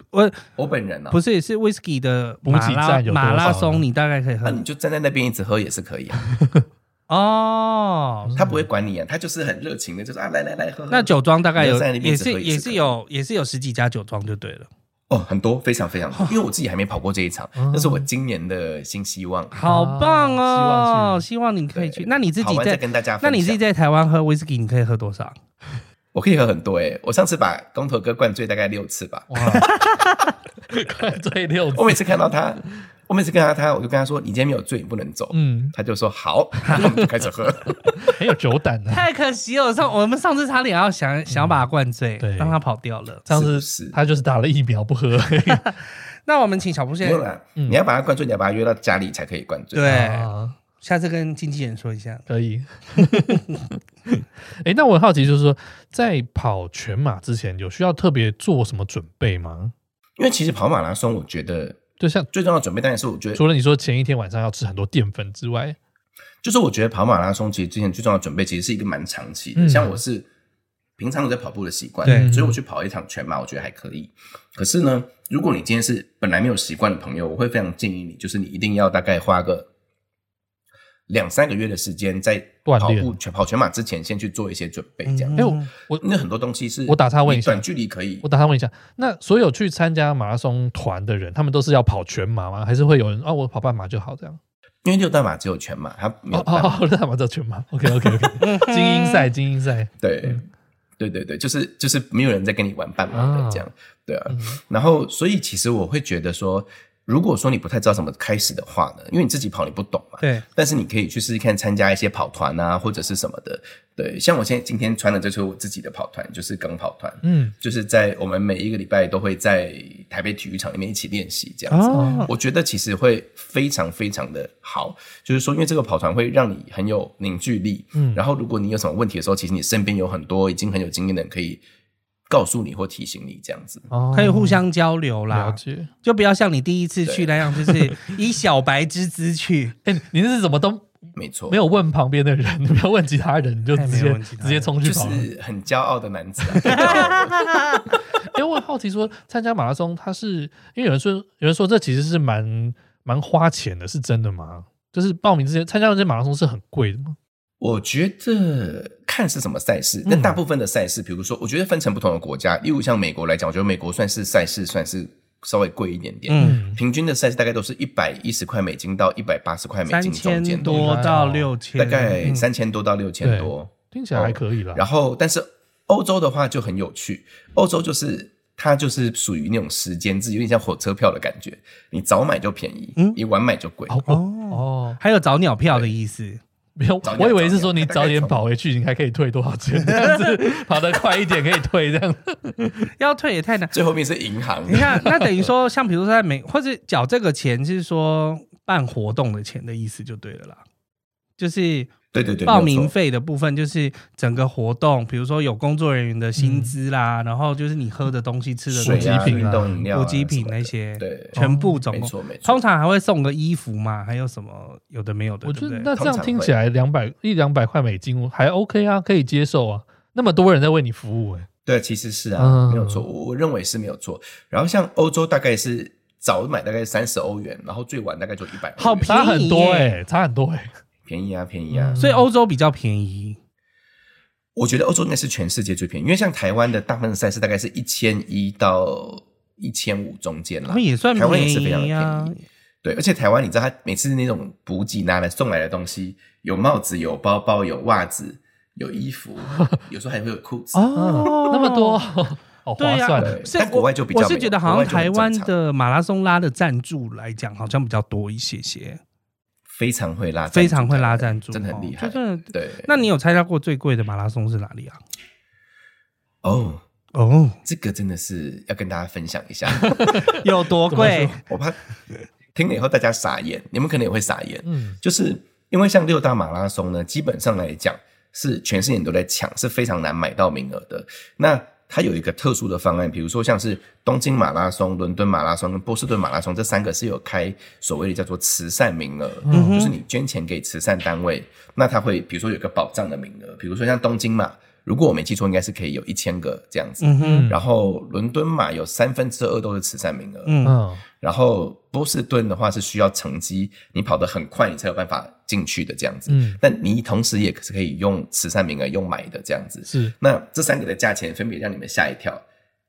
B: 我
C: 我本人呢、啊
B: 不是是 whisky 的
A: 补
B: 马
A: 给
B: 拉
A: 站有多少
B: 马
A: 呢
B: 拉松，你大概可以
C: 那
B: 喝
C: 啊你就站在那边一直喝也是可以啊。
A: 嗯
B: 哦。
C: 他不会管你啊，他就是很热情的，就是啊，来来来喝。喝
B: 那酒庄大概
C: 你
B: 有
C: 就在那边
B: 也
C: 一直喝
B: 是
C: 一直
B: 也是
C: 喝
B: 有也是有十几家酒庄就对了。
C: 哦，很多，非常非常
B: 哦
C: 多。因为我自己还没跑过这一场，那是我今年的新希望。
B: 好棒哦！
A: 啊
B: 希望你可以去。
C: 对
B: 那你自
C: 跑
B: 己
C: 完
B: 在
C: 再跟大家分
B: 那
C: 享
B: 你自己在台湾喝 whisky，你可以喝多少？
C: 我可以喝很多诶、我上次把工头哥灌醉大概六次吧。
A: 哇，快醉六次
C: 我。每次看到他，我每次看到他，我就跟他说：“你今天没有醉，你不能走。”
A: 嗯，
C: 他就说：“好。” 然后我们就开始喝。
A: 很有酒胆 的、啊。
B: 太可惜了，上我们上次差点要想想要把他灌醉，
A: 嗯对
B: 让他跑掉了。
A: 上次
C: 是不是
A: 他就是打了疫苗不喝而 已，
B: 那我们请小布
C: 没
B: 先
C: 有，啦，啊你要把他灌醉，你要把他约到家里才可以灌醉。
B: 嗯对，
A: 啊，
B: 下次跟经纪人说一下。
A: 可以。 哎、那我很好奇，就是说，在跑全马之前，有需要特别做什么准备吗？
C: 因为其实跑马拉松，我觉得
A: 就像
C: 最重要的准备当然是我觉得，
A: 除了你说前一天晚上要吃很多淀粉之外，
C: 就是我觉得跑马拉松其实之前最重要的准备其实是一个蛮长期的，
A: 嗯
C: 像我是平常有在跑步的习惯
B: 对，
C: 所以我去跑一场全马，我觉得还可以。可是呢，如果你今天是本来没有习惯的朋友，我会非常建议你，就是你一定要大概花个两三个月的时间，在
A: 锻
C: 跑
A: 炼
C: 步全跑全马之前，先去做一些准备，这样。
A: 哎、我我
C: 那很多东西是
A: 我打岔问一下
C: 你短距离可以
A: 我打算问一下，那所有去参加马拉松团的人，他们都是要跑全马吗？还是会有人哦，我跑半马就好这样？
C: 因为六大马只有全马，它没
A: 哦
C: 有半马。
A: 哦，哦那马叫全马。OK OK OK，精英赛，精英赛。
C: 对，
A: 嗯
C: 对对对，就是就是没有人在跟你玩半马
A: 啊
C: 的这样，对啊。然后，所以其实我会觉得说，如果说你不太知道怎么开始的话呢，因为你自己跑你不懂嘛，
B: 对，
C: 但是你可以去试试看参加一些跑团啊，或者是什么的。对，像我现在今天穿的就是我自己的跑团，就是梗跑团，
A: 嗯，
C: 就是在我们每一个礼拜都会在台北体育场里面一起练习这样
A: 啊
C: 子。
B: 哦，
C: 我觉得其实会非常非常的好，就是说，因为这个跑团会让你很有凝聚力，嗯，然后如果你有什么问题的时候，其实你身边有很多已经很有经验的人可以告诉你或提醒你这样子。
A: 哦
B: 可以互相交流啦，
A: 了解。
B: 就不要像你第一次去那样， 就是以小白之姿去。
A: 哎、你你是怎么都
C: 没错，
A: 没有问旁边的人，你没有问其他人，你就
B: 哎
A: 直
B: 没有
A: 接
B: 问其他人
A: 直接冲去
C: 就
A: 跑了。
C: 是很骄傲的男子、啊，太骄傲了
A: 因为哎我好奇说，参加马拉松，它是因为有人说，有人说这其实是蛮蛮花钱的，是真的吗？就是报名这些参加这些马拉松是很贵的吗？
C: 我觉得看是什么赛事，但大部分的赛事，比如说，我觉得分成不同的国家，例如像美国来讲，我觉得美国算是赛事算是稍微贵一点点，
B: 嗯，
A: 嗯，
C: 平均的赛事大概都是一百一十块美金到一百八十块美
B: 三
C: 金中
B: 千
C: 间的。
B: 多到六千，
C: 大概
B: 嗯
C: 三千多到六千多。
A: 听起来还可以啦。
C: 然后，但是欧洲的话就很有趣，欧洲就是它就是属于那种时间制，有点像火车票的感觉，你早买就便宜，
B: 嗯
C: 你晚买就贵。
A: 哦哦，
B: 还有早鸟票的意思。
A: 没有
C: 早，点
A: 我以为是说你
C: 早
A: 早
C: 点
A: 点跑回去，你还可以退多少钱，这样子跑得快一点可以退这样。
B: 要退也太难。
C: 最后面是银行
B: 你， 看，那等于说，像比如说在美或者缴这个钱，是说办活动的钱的意思就对了啦。就是
C: 对对对，
B: 报
C: 没有
B: 名
C: 错
B: 费的部分，就是整个活动，比如说有工作人员的薪资啦，然后就是你喝的东西、吃的东
C: 嗯水
B: 西、
A: 补
C: 啊、
A: 给品
C: 运
A: 啊
C: 动饮料啊、
B: 补给品
C: 什么
B: 那
C: 的
B: 些，
C: 对，
B: 全部总
C: 没
B: 共。
C: 错没错。
B: 通常还会送个衣服嘛，还有什么有的没有的，
A: 我
B: 对
A: 觉
B: 不
A: 得
B: 对？
A: 那这样
C: 通常
A: 听起来两百一两百块美金还 OK 啊，可以接受啊。那么多人在为你服务、哎，
C: 对，其实是啊，
A: 嗯
C: 没有错，我我认为是没有错。然后像欧洲大概是早买大概三十欧元，然后最晚大概就一百，
B: 好便宜
A: 差很多哎、
B: 耶
A: 差很多哎、
C: 便宜啊，便宜啊。
A: 嗯
B: 所以欧洲比较便宜，
C: 我觉得欧洲应该是全世界最便宜，因为像台湾的大部分赛事大概是一千一到一千五中间啦
B: 那，也算
C: 台湾
B: 便
C: 也是非常
B: 宜
C: 便
B: 啊。
C: 宜。对，而且台湾你知道，它每次那种补给拿来送来的东西，有帽子、有包包、有袜子、有衣服，有时候还会有裤子。
B: 哦
A: 啊嗯那么多， 好
B: 对
A: 划
B: 呀、
A: 算欸
C: 对
A: 的。
B: 是
C: 但国外就比较
B: 我是
C: 没有
B: 觉得好像
C: 国外
B: 台
C: 就很
B: 湾
C: 正常
B: 的马拉松拉的赞助来讲，好像比较多一些些，
C: 非常会拉赞助，
B: 非常会拉赞助，
C: 真的很厉害
B: 哦就。真的
C: 对，
B: 那你有参加过最贵的马拉松是哪里啊？
C: 哦，
B: 哦，
C: 这个真的是要跟大家分享 一下，
B: 有多贵？
C: 我怕听了以后大家傻眼，你们可能也会傻眼。
A: 嗯，
C: 就是因为像六大马拉松呢，基本上来讲是全世界都在抢，是非常难买到名额的。那它有一个特殊的方案，比如说像是东京马拉松、伦敦马拉松跟波士顿马拉松这三个是有开所谓的叫做慈善名额，
B: 嗯哼
C: 就是你捐钱给慈善单位，那它会比如说有一个保障的名额，比如说像东京嘛，如果我没记错，应该是可以有一千个这样子。
B: 嗯哼，
C: 然后伦敦马有三分之二都是慈善名额，
B: 嗯，
A: 嗯，
C: 然后波士顿的话是需要成绩，你跑得很快，你才有办法进去的这样子。
A: 嗯，
C: 但你同时也是可以用慈善名额用买的这样子。
A: 是
C: 那这三个的价钱分别让你们吓一跳。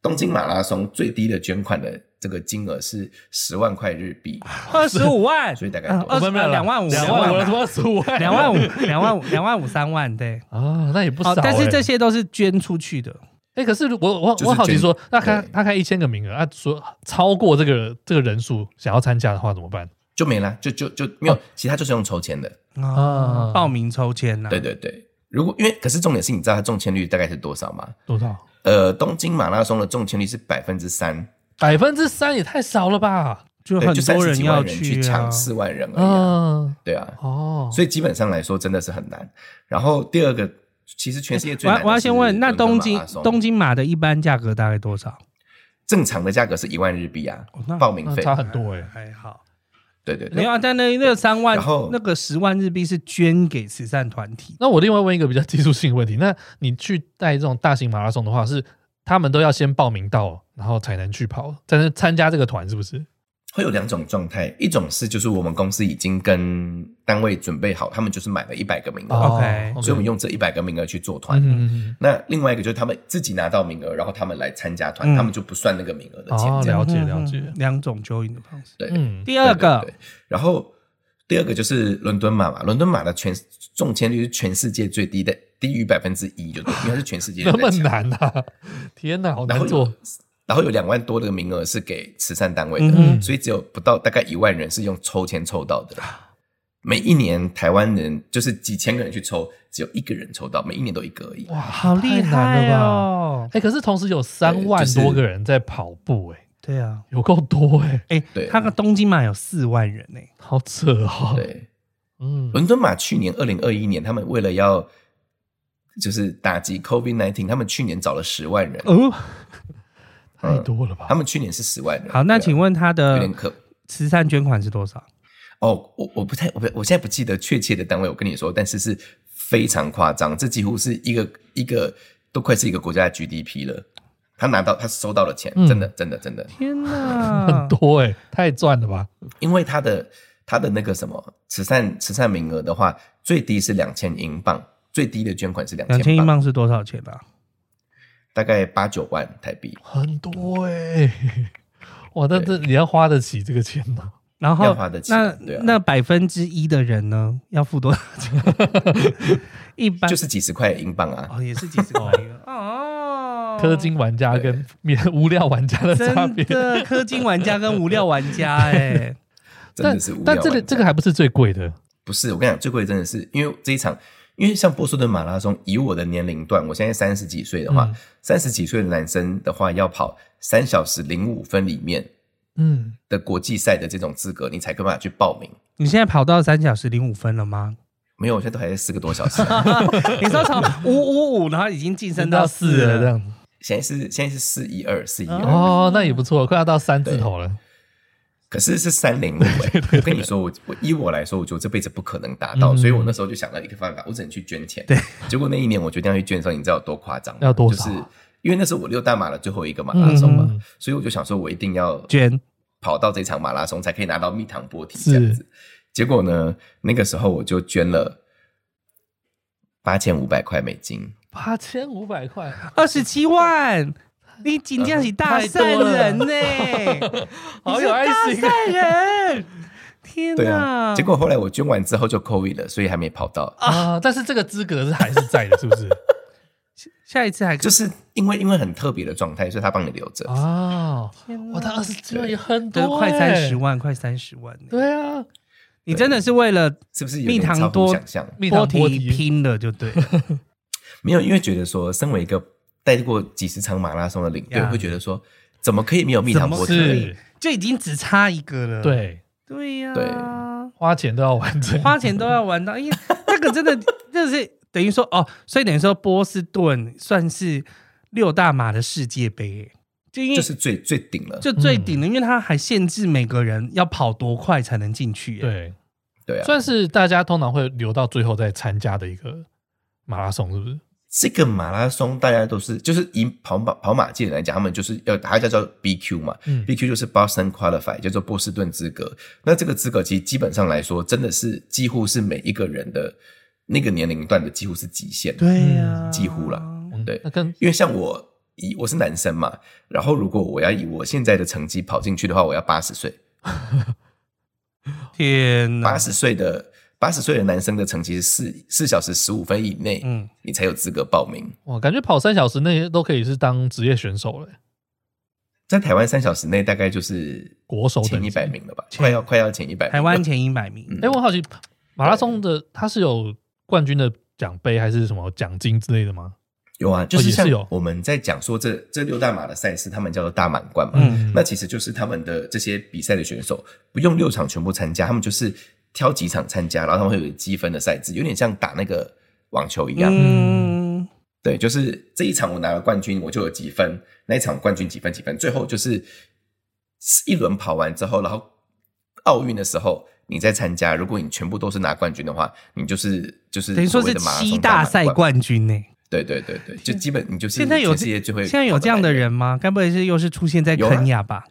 C: 东京马拉松最低的捐款的这个金额是十万块日币，
B: 二十五万，
C: 所以大概
B: 呃
C: 多
B: 二
A: 哦没
B: 十
A: 有没有
B: 两万五，
A: 两万五，
B: 五
A: 我说十五万，
B: 两万五，两万五，两万五，三万，对。
A: 啊，那也不少、
B: 哦
A: 欸。，
B: 但是这些都是捐出去的，
A: 哎、可是如我我
C: 就是
A: 我好奇
C: 捐
A: 说，那开
C: 对
A: 他开一千个名额，啊，说超过这个这个人数想要参加的话怎么办？
C: 就没啦，就就就没
B: 哦
C: 有，其他就是用抽签的。
B: 啊
A: 啊，
B: 报名抽签呐、
C: 对对对，如果因为可是重点是你知道它中签率大概是多少吗？
A: 多少？
C: 呃，东京马拉松的中签率是百分之三，
A: 百分之三也太少了吧？
B: 就
C: 对，
B: 很
C: 就三
B: 多
C: 十
B: 人
C: 几
B: 要
C: 万人去
B: 去啊
C: 抢，四万人而已啊、
A: 嗯，
C: 对啊，
A: 哦，
C: 所以基本上来说真的是很难。然后第二个，其实全世界最
B: 哎我
C: 难的
B: 要我要
C: 是
B: 先问，那
C: 伦敦
B: 东
C: 马
B: 京
C: 拉松
B: 东京马的一般价格大概多少？
C: 正常的价格是一万日币啊，
B: 哦那
C: 报名
A: 那
C: 费。
A: 差很多哎、
B: 还好。
C: 对对
B: 没
C: 对，
B: 有啊，但那那个三万
C: 然后，
B: 那个十万日币是捐给慈善团体。
A: 那我另外问一个比较技术性的问题，那你去带这种大型马拉松的话，是他们都要先报名到，然后才能去跑，才能参加这个团，是不是？
C: 会有两种状态，一种是就是我们公司已经跟单位准备好，他们就是买了一百个名额，
A: 哦
B: OK 嗯
C: 所以我们用这一百个名额去做团。
A: 嗯，
C: 那另外一个就是他们自己拿到名额，然后他们来参加团，
B: 嗯
C: 他们就不算那个名额的钱，
A: 哦
C: 这样
A: 了解
B: 嗯
A: 了解
B: 嗯两种 join 的方式。
C: 对。
A: 嗯，
B: 第二
C: 对对
B: 个
C: 对然后第二个就是伦敦马嘛，伦敦马的全中签率是全世界最低的，低于百分之一，就对，因为它是全世界
A: 那么
C: 在抢
A: 难啊！天哪，好
C: 然后
A: 难
C: 有
A: 做。
C: 然后有两万多的名额是给慈善单位的，
B: 嗯
A: 哼
C: 所以只有不到大概一万人是用抽签抽到的。每一年台湾人就是几千个人去抽，只有一个人抽到，每一年都一个而已。
A: 哇，
B: 好厉
A: 太难
B: 害
A: 了吧！
B: 哦！
A: 哎、可是同时有三万
C: 对就是
A: 多个人在跑步、哎、
B: 对啊，
A: 有够多哎、
B: 哎
C: 对，
B: 他个东京马有四万人呢。
A: 好扯哦。，
C: 对，
A: 嗯，
C: 伦敦马去年二零二一年，他们为了要就是打击 COVID nineteen，他们去年找了十万人，
B: 哦，
A: 太多了吧？
C: 他们去年是十万人。
B: 好，那
C: 对啊
B: 请问呃他
C: 有
B: 的
C: 点可
B: 慈善捐款是多少？
C: 哦，我我不太我不我现在不记得确切的单位，我跟你说，但是是非常夸张，这几乎是一个一个都快是一个国家的 GDP 了。他拿到他收到了钱，
A: 嗯
C: 真的真的真的，
B: 天 哪，
A: 很多哎、太赚了吧？
C: 因为他的他的那个什么慈善慈善名额的话，最低是两千英镑，最低的捐款是两
B: 两千
C: 千
B: 英
C: 镑，
B: 镑是多少钱啊？
C: 大概八九万台币，
A: 很多哎、 哇，那这你要花得起这个钱呢、
B: 然后
C: 要花得起
B: 那
C: 对啊
B: 那百分之一的人呢，要付多少钱？一般
C: 就是几十块英镑啊。
B: 哦，也是几十块一个哦。
A: 氪金玩家跟免 无聊玩家的差
B: 真
A: 别，
B: 的氪金玩家跟无料玩家哎，
C: 真
A: 但
C: 的是无聊啊
A: 但这个
C: 玩家
A: 这个还不是最贵的，
C: 不是，我跟你讲，最贵的真的是因为这一场，因为像波士顿马拉松，以我的年龄段，我现在三十几岁的话
A: 嗯，
C: 三十、几岁的男生的话，要跑三小时零五分里面
A: 嗯，
C: 的国际赛的这种资格，你才有办法去报名。
B: 你现在跑到三小时零五分了吗？
C: 没有，我现在都还在四个多小时，啊
B: 你说从五五五，然后已经晋升到
A: 四
B: 四
A: 了
B: 了，嗯
A: 这样子。
C: 现在是现在是四一二四一二，
A: 哦，那也不错，快要到三字头了。
C: 可是是 三零五。欸我跟你说，我我以我来说，我觉得我这辈子不可能达到，
A: 嗯
C: 所以我那时候就想到一个办法，我只能去捐钱。对，结果那一年我决定要去捐的时候，你知道有多夸张吗？
A: 要多
C: 就
A: 少
C: 是因为那是我六大马的最后一个马拉松嘛，
A: 嗯
C: 所以我就想说，我一定要
B: 捐
C: 跑到这场马拉松才可以拿到蜜糖波提这样子。结果呢，那个时候我就捐了八千五百块美金，
A: 八千五百块，
B: 二十七万，你仅仅是大善人呢、
A: 好有爱
B: 你是
A: 心啊
B: 大！善人，天
C: 对
B: 哪、
C: 啊。结果后来我捐完之后就 COVID 了，所以还没跑到。
A: 啊，但是这个资格是还是在的，是不是？
B: 下一次还可
C: 就
B: 以。
C: 是因为因为很特别的状态，所以他帮你留着。
A: 啊，
B: 天
A: 哇，
B: 哪
A: 他二十七万也很
B: 都
A: 多，
B: 嗯
A: 欸
B: 快三十。万，快三十万呢、
A: 对啊，
B: 你真的是为了
C: 是不是有点
B: 蜜糖
C: 超乎
B: 多
C: 想象？
A: 蜜
B: 波
A: 糖波
B: 提
A: 提
B: 拼了就对 了。
C: 没有，因为觉得说，身为一个带过几十场马拉松的领队，
B: 呀
C: 会觉得说，怎么可以没有蜜糖波
B: 怎么
C: 提？
A: 是，
B: 就已经只差一个了。
A: 对，
B: 对呀、
A: 花钱都要完成。
B: 花钱都要玩到， 因为那个真的就是等于说哦，所以等于说波士顿算是六大马的世界杯耶，就因为
C: 就是最最顶了。
B: 就最顶
A: 嗯
B: 的，因为它还限制每个人要跑多快才能进去耶。
A: 对，
C: 对啊，
A: 算是大家通常会留到最后再参加的一个马拉松，是不是？
C: 这个马拉松大家都是，就是以跑马跑马界来讲，他们就是要大家叫 BQ 嘛、
A: 嗯
C: b q 就是 Boston Qualify，叫做波士顿资格。那这个资格其实基本上来说，真的是几乎是每一个人的那个年龄段的几乎是极限。
B: 对呀、
C: 几乎啦
A: 嗯
C: 对
A: 那跟
C: 因为像我以我是男生嘛，然后如果我要以我现在的成绩跑进去的话，我要八十岁。
A: 嗯
B: 天哪
C: 八！十岁的八十岁的男生的成绩是四四小时十五分以内，
B: 嗯，
C: 你才有资格报名。
A: 哇，感觉跑三小时那些都可以是当职业选手了，欸
B: 嗯
C: 在台湾三小时内大概就是
A: 国手等
C: 前
A: 级
C: 一百。名了吧，快要快要前一百。
B: 台湾前一百名，
C: 嗯
A: 哎，我好奇马拉松的它是有冠军的奖杯还是什么奖金之类的吗？
C: 有啊，就
A: 哦
C: 是
A: 也是
C: 像
A: 有
C: 我们在讲说这这六大马的赛事，他们叫做大满贯嘛。
B: 嗯
C: 那其实就是他们的这些比赛的选手不用六场全部参加，他们就是挑几场参加，然后他们会有积分的赛制，有点像打那个网球一样。
B: 嗯，
C: 对，就是这一场我拿了冠军，我就有几分；那一场冠军几分几分。最后就是一轮跑完之后，然后奥运的时候你再参加，如果你全部都是拿冠军的话，你就是就是
B: 等于说
C: 所
B: 是
C: 谓的马拉松
B: 七大
C: 满
B: 赛
C: 贯。
B: 冠军呢、
C: 对对对对，就基本你就是
B: 现在有
C: 全世界最会
B: 现在有
C: 跑
B: 这样
C: 男
B: 的人吗？该不会是又是出现在
C: 有啊
B: 肯亚吧？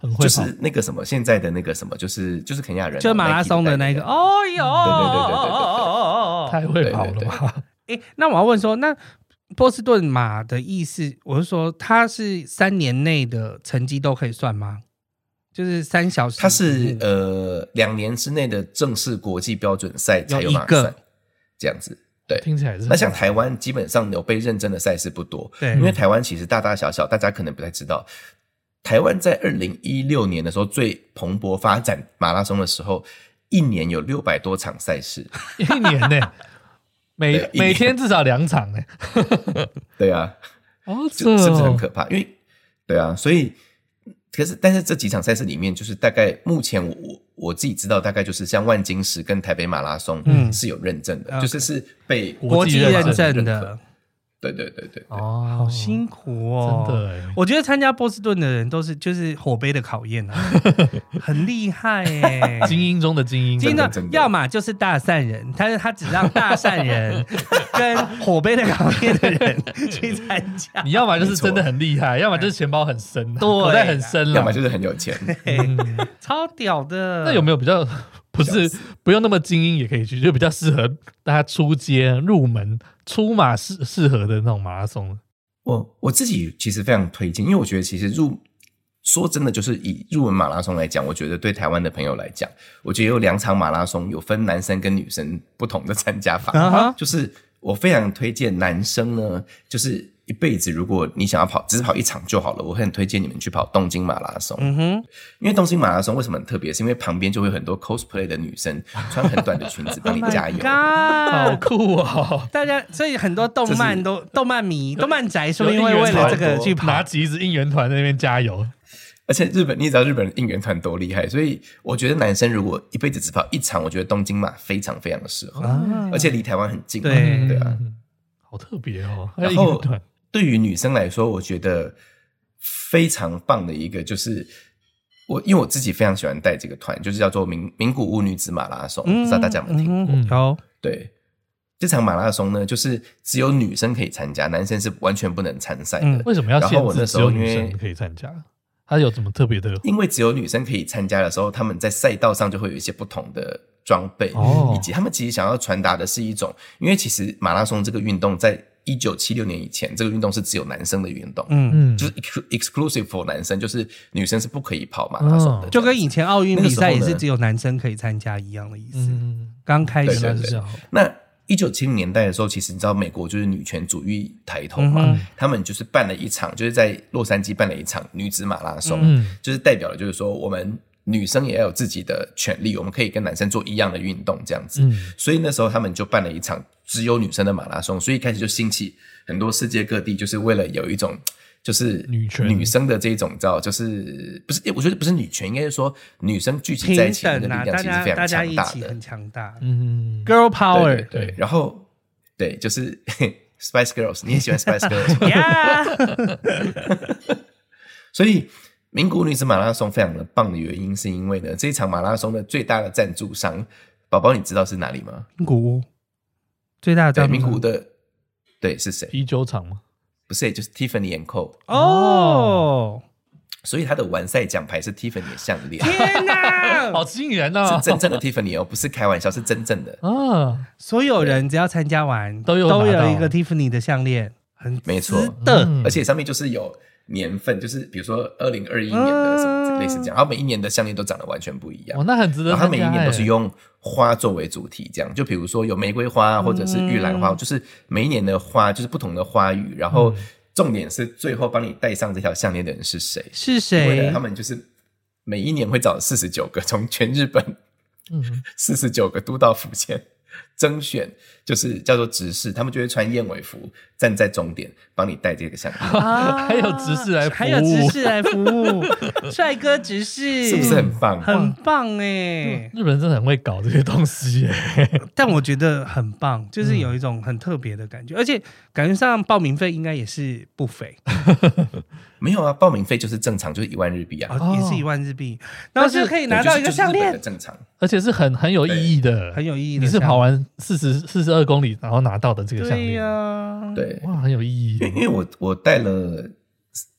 A: 很会
C: 就
A: 跑。
C: 是那个什么现在的那个什么，就是就是肯亚人啊，
B: 就是马拉松的
C: Nike
B: 那一个。
C: 代言
B: 哦
C: 人
B: 哟，哦哦哦哦哦哦！
A: 太会跑了
C: 对对
A: 吧？
B: 哎，那我要问说，那波士顿马的意思，我是说，它是三年内的成绩都可以算吗？就是三小时以内，
C: 它
B: 嗯
C: 是呃两年之内的正式国际标准赛才
B: 有一
C: 马
B: 个
C: 赛，这样子。对，
A: 听起来是
C: 那像台湾基本上有被认证的赛事不多，
B: 对
C: 因为台湾其实大大小小，大家可能不太知道，台湾在二零一六年的时候最蓬勃发展马拉松的时候，一年有六百多场赛 事。
A: 一年呢、 每
C: 对一年
A: 每天至少两场呢、
C: 对啊，
A: 哦，
C: 是
A: 这哦
C: 是不是很可怕？因为对啊，所以可是但是这几场赛事里面，就是大概目前我我我自己知道，大概就是像万金石跟台北马拉松，
B: 嗯
C: 是有认证的，
B: OK
C: 就是是被
B: 国际
A: 国际
B: 认
A: 认
B: 证
C: 证
B: 的，
C: 对对对对，
A: 哦，
B: 好辛苦哦。
A: 真的欸
B: 我觉得参加波士顿的人都是就是火杯的考验啊，很厉害哎、
A: 精英中的精英，
B: 真的
C: 真，的
B: 要么就是大善人，但是他只让大善 人跟火杯的考验的人去参加。
A: 你要么就是真的很厉害，要么就是钱包很深，
B: 哎
A: 啊
B: 对
A: 口袋很深
C: 要么
A: 了。
C: 就是很有 钱，
A: 嗯
B: 超屌的。
A: 那有没嗯有比较 不是不用那么精英也可以去，就比较适合大家出街入门出马适适合的那种马拉松？
C: 我我自己其实非常推荐，因为我觉得其实入说真的，就是以入门马拉松来讲，我觉得对台湾的朋友来讲，我觉得有两场马拉松有分男生跟女生不同的参加法，
B: 啊哈
C: 就是我非常推荐男生呢，就是一辈子如果你想要跑只是跑一场就好了，我很推荐你们去跑东京马拉松。
B: 嗯哼，
C: 因为东京马拉松为什么很特别？是因为旁边就会有很多 cosplay 的女生穿很短的裙子帮你
B: Oh
C: 加油。
A: 好
B: my God！
A: 酷 哦！
B: 大家，所以很多动漫都动漫迷、动漫宅，说不定会
A: 有应援
B: 为了这个
C: 团
B: 去
A: 拿
B: 跑。
A: 几支应援团在那边加油，
C: 而且日本，你也知道日本应援团多厉害，所以我觉得男生如果一辈子只跑一场，我觉得东京马非常非常的适合，
B: 啊
C: 而且离台湾很近嘛。
B: 对
C: 对啊。
A: 嗯， 好特别哦！还有
C: 然
A: 应援
C: 后
A: 团，
C: 对于女生来说，我觉得非常棒的一个就是我，因为我自己非常喜欢带这个团，就是叫做名名古屋女子马拉松，不知道大家有没有听过？
B: 嗯哼有
C: 对，这场马拉松呢，就是只有女生可以参加，男生是完全不能参赛的。
B: 嗯
A: 为什么要限
C: 然后我
A: 制
C: 那
A: 只
C: 时
A: 有
C: 候因
A: 女
C: 为
A: 生可以参加？它有什么特别的？
C: 因为只有女生可以参加的时候，他们在赛道上就会有一些不同的装备，
A: 哦
C: 以及他们其实想要传达的是一种，因为其实马拉松这个运动在一九七六年以前，这个运动是只有男生的运动，
B: 嗯，
A: 嗯
C: 就是 ex- exclusive for 男生，就是女生是不可以跑马拉松的，
A: 哦
B: 就跟以前奥运
C: 那
B: 比
C: 个时候
B: 赛也是
C: 呢
B: 只有男生可以参加一样的意思。
A: 嗯，
B: 刚开
C: 对
B: 始
A: 原来是
C: 对
A: 这样。
C: 那一九七零年代的时候，其实你知道美国就是女权主义抬头嘛，
B: 嗯
C: 他们就是办了一场，就是在洛杉矶办了一场女子马拉松，
A: 嗯
C: 就是代表了就是说我们女生也要有自己的权利，我们可以跟男生做一样的运动这样子。
A: 嗯
C: 所以那时候他们就办了一场只有女生的马拉松，所以一开始就兴起很多世界各地，就是为了有一种就是
A: 女权
C: 女生的这一种，你知道，就是不是？我觉得不是女权，应该是说女生聚集
B: 平
C: 在一起的那
B: 等啊，
C: 个力
B: 大家
C: 量其实非
B: 大
C: 常
B: 家
C: 强
B: 一
C: 大
B: 起
C: 的
B: 很。强大。
A: 嗯，
B: Girl
C: 对对
B: power，
C: 对，然后对，就是 Spice Girls，你也喜 欢 Spice Girls 吗？
B: 呀，
C: 所以名古屋女子马拉松非常的棒的原因，是因为呢，这一场马拉松的最大的赞助商，宝宝你知道是哪里吗？
B: 名古屋最大的
C: 对，
B: 赞助
C: 名古屋
B: 商
C: 的，对是谁？
A: 啤酒厂吗？
C: 不是，就是 Tiffany and Co。
B: 哦，
C: 所以他的完赛奖牌是 Tiffany 的项链，
B: 天 哪！
A: 好惊人啊！
C: 嗯是真正的 Tiffany 哦，不是开玩笑，是真正的。
A: 啊，
B: 所有人只要参加完，
A: 都有
B: 都
A: 拿
B: 有
A: 到
B: 一个 Tiffany 的项链，很
C: 没错
B: 值得。
A: 嗯
C: 而且上面就是有年份，就是比如说二零二一年的什么类似这样，然后每一年的项链都长得完全不一样
A: 哇，。那很值得
C: 然后
A: 参
C: 它
A: 加欸。
C: 每一年都是用花作为主题，这样就比如说有玫瑰花或者是玉兰
A: 嗯
C: 花，就是每一年的花就是不同的花语，然后重点是最后帮你戴上这条项链的人是谁，
B: 是
C: 因为呢
B: 谁
C: 他？们就是每一年会找四十九个，从全日本
A: 嗯，
C: 四十九个都道府县征选，就是叫做执事，他们就会穿燕尾服站在终点帮你带这个项链。
B: 啊
A: 还有执事来服务
B: 还有执事来服 务，帅哥执事
C: 是不是很棒？
B: 很棒哎、
A: 日本人真的很会搞这些东 西耶、
B: 但我觉得很棒，就是有一种很特别的感
A: 嗯
B: 觉，而且感觉上报名费应该也是不菲，
C: 没有啊，报名费就是正常，就是一万日币啊，
A: 哦
B: 哦、也是一万日币，然后就可以拿到一个项
C: 对就是就是日本的
B: 链，
C: 正常。
A: 而且是很很有意义的，
B: 很有意义的
A: 你
B: 项链。
A: 是跑完四十四十二公里，然后拿到的这个项
B: 对
A: 链，
B: 呀、
C: 对，
B: 嗯
A: 哇，很有意义
C: 因为因为我我带了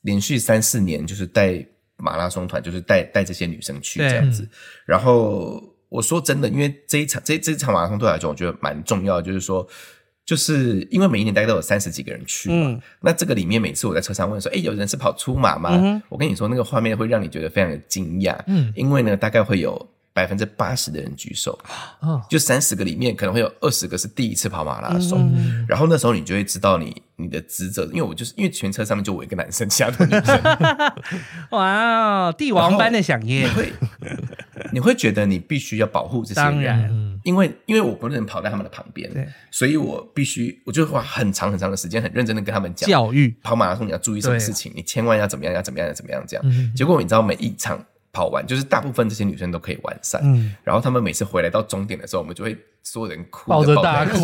C: 连续三四年，就是带马拉松团，就是带带这些女生去
B: 对嗯
C: 这样子。然后我说真的，因为这一场这这场马拉松对我来讲，我觉得蛮重要的，就是说，就是因为每一年大概都有三十几个人去嘛。
B: 嗯，
C: 那这个里面，每次我在车上问说：“哎、有人是跑出马吗？”
B: 嗯哼
C: 我跟你说，那个画面会让你觉得非常的惊讶，
A: 嗯
C: 因为呢，大概会有百分之八十的人举手，
B: 哦
A: 啊，
C: 就三十个里面可能会有二十个是第一次跑马拉松，
A: 嗯
C: 然后那时候你就会知道你你的职责，因为我就是因为全车上面就我一个男生，其他都女生，
B: 哇哦，帝王般的响
C: 你
B: 应，
C: 会你会觉得你必须要保护这些人，
B: 当然
A: 嗯，
C: 因为因为我不能跑在他们的旁边
B: 对，
C: 所以我必须我就花很长很长的时间，很认真的跟他们讲，
B: 教育
C: 跑马拉松你要注意什
B: 对
C: 么
B: 啊
C: 事情，你千万要怎么样，要怎么样，要怎么样这样。
A: 嗯
C: 结果你知道每一场跑完，就是大部分这些女生都可以完善，
B: 嗯
C: 然后她们每次回来到终点的时候，我们就会所有人哭
A: 抱
C: 着
A: 着大哭，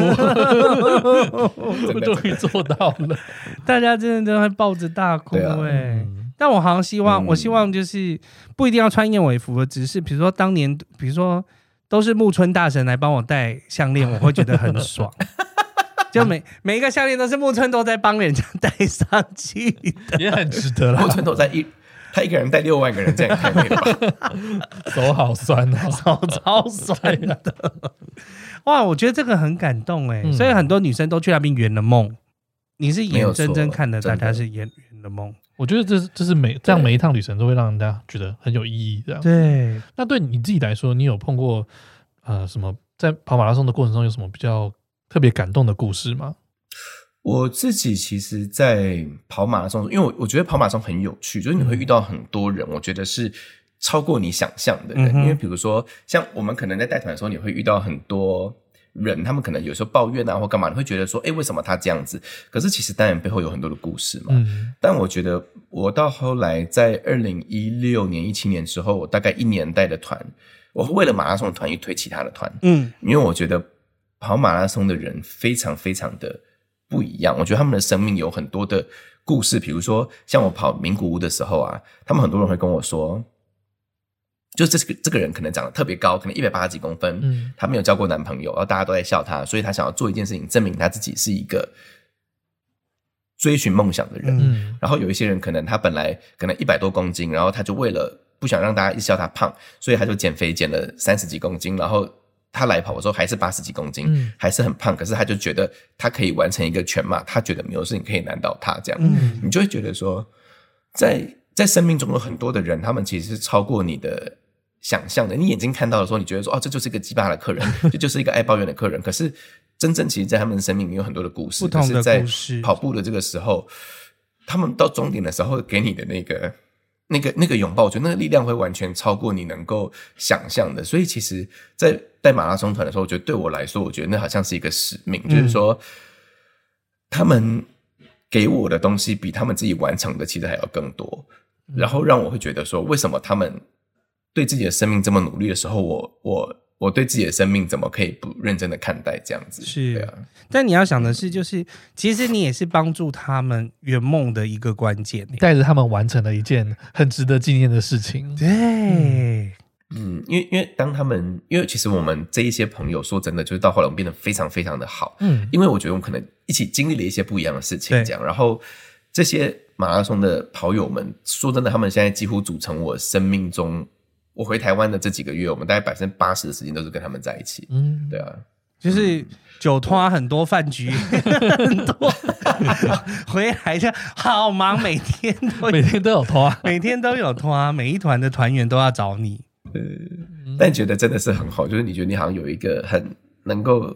A: 我
C: 的
A: 终于做到了，
B: 大家真的都会抱着大哭
C: 对
B: 哎、
C: 啊
B: 但我好像希望，
C: 嗯
B: 我希望就是不一定要穿燕尾服，只是比如说当年，比如说都是木村大神来帮我戴项链，我会觉得很 爽。就每每一个项链都是木村都在帮人家戴上去，
A: 也很值得啦
C: 郭，春头在一，他一个人带六万个人，这样也太累了吧？
A: 手好 酸哦，
B: 好超爽
A: 对呀
B: 的。哇，我觉得这个很感动哎、
A: 嗯
B: 所以很多女生都去那边圆了梦。你是
C: 没有
B: 眼
C: 错
B: 睁睁看着大
C: 真
B: 家
C: 的
B: 是圆圆了梦，
A: 我觉得这是这是每这样
C: 对
A: 每一趟旅程都会让人家觉得很有意义。这样，
B: 对，
A: 那对你自己来说，你有碰过呃什么在跑马拉松的过程中有什么比较特别感动的故事吗？
C: 我自己其实，在跑马拉松，因为我我觉得跑马拉松很有趣，就是你
B: 嗯
C: 会遇到很多人，我觉得是超过你想象的人。
B: 嗯哼
C: 因为比如说，像我们可能在带团的时候，你会遇到很多人，他们可能有时候抱怨啊或干嘛，你会觉得说，哎，为什么他这样子？可是其实当然背后有很多的故事嘛。
A: 嗯
C: 但我觉得，我到后来在二零一六年、一七年之后，我大概一年带的团，我为了马拉松的团去推其他的团，
B: 嗯，
C: 因为我觉得跑马拉松的人非常非常的不一样，我觉得他们的生命有很多的故事，比如说像我跑名古屋的时候啊，他们很多人会跟我说，就这个这个人可能长得特别高，可能一百八十几公分，
A: 嗯
C: 她没有交过男朋友，然后大家都在笑她，所以她想要做一件事情，证明她自己是一个追寻梦想的人。
B: 嗯
A: 嗯
C: 然后有一些人可能他本来可能一百多公斤，然后他就为了不想让大家一直笑他胖，所以他就减肥减了三十几公斤，然后他来跑的时候还是八十几公斤，
A: 嗯
C: 还是很胖，可是他就觉得他可以完成一个全马，他觉得没有事情可以难倒他这样，
B: 嗯
C: 你就会觉得说，在在生命中有很多的人，他们其实是超过你的。想象的，你眼睛看到的时候，你觉得说哦，这就是一个鸡巴的客人，这就是一个爱抱怨的客人。可是真正其实，在他们的生命里面有很多的故事，
B: 不同的
C: 可是在
B: 故事
C: 跑步的这个时候，他们到终点的时候给你的那个、那个、那个拥抱，我觉得那个力量会完全超过你能够想象的。所以，其实，在带马拉松团的时候，我觉得对我来说，我觉得那好像是一个使命，就是
B: 嗯
C: 说，他们给我的东西比他们自己完成的其实还要更多，然后让我会觉得说，为什么他们对自己的生命这么努力的时候，我我。我对自己的生命怎么可以不认真的看待这样子？
B: 是
C: 对啊，
B: 但你要想的是，就是其实你也是帮助他们圆梦的一个关键欸。
A: 带着他们完成了一件很值得纪念的事情。
B: 对，
C: 嗯，因为因为当他们，因为其实我们这一些朋友，说真的，就是到后来我们变得非常非常的好，
A: 嗯
C: 因为我觉得我们可能一起经历了一些不一样的事情
B: 对，
C: 这样，然后这些马拉松的跑友们，说真的，他们现在几乎组成我生命中，我回台湾的这几个月，我们大概百分之八十的时间都是跟他们在一起，
A: 嗯，
C: 对啊，
B: 就是酒托很多饭 局很多， 回来就好忙，每天都
A: 每天都有拖啊。
B: 每天都有托，每一团的团员都要找你。
C: 但觉得真的是很好，就是你觉得你好像有一个很能够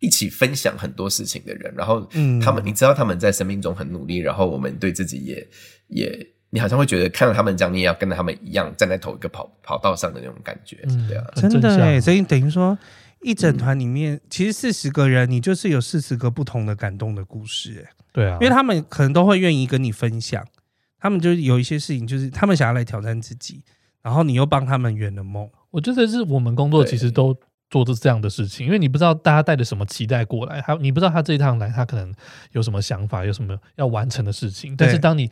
C: 一起分享很多事情的人，然后
B: 嗯
C: 他们、你知道他们在生命中很努力，然后我们对自己也也你好像会觉得看到他们这样，你也要跟着他们一样站在同一个跑跑道上的那种感觉，
A: 嗯
C: 对啊，
A: 很
B: 真的欸
A: 正向嗯
B: 哎，所以等于说，一整团里面，其实四十个人，你就是有四十个不同的感动的故事、欸
A: 对啊，
B: 因为他们可能都会愿意跟你分享，他们就是有一些事情，就是他们想要来挑战自己，然后你又帮他们圆了梦。
A: 我觉得是我们工作其实都做的这样的事情，因为你不知道大家带着什么期待过来，他你不知道他这一趟来，他可能有什么想法，有什么要完成的事情。
B: 对
A: 但是当你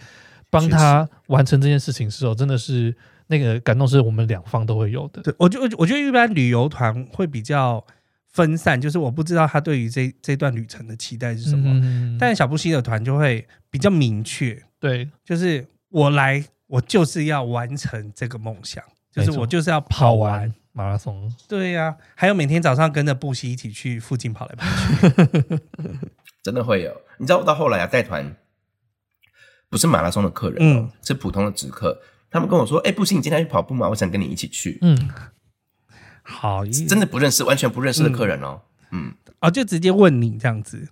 A: 帮他完成这件事情的时候，真的是那个感动是我们两方都会有的。
B: 对我就我我觉得一般旅游团会比较分散，就是我不知道他对于这这段旅程的期待是什么，
A: 嗯
B: 但小布希的团就会比较明确，
A: 对
B: 就是我来，我就是要完成这个梦想，就是
A: 没错
B: 我就是要跑
A: 跑
B: 完。
A: 完马拉松，
B: 对呀、还有每天早上跟着布希一起去附近跑来跑去。
C: 真的会有。你知道，我到后来啊，带团不是马拉松的客人、哦，
B: 嗯
C: 是普通的直客。他们跟我说：“哎、不行，你今天要去跑步吗？我想跟你一起去。
A: 嗯，
B: 好，
C: 真
B: 的
C: 的不认识，完全不认识的客人哦。嗯，
B: 哦，就直接问你这样子。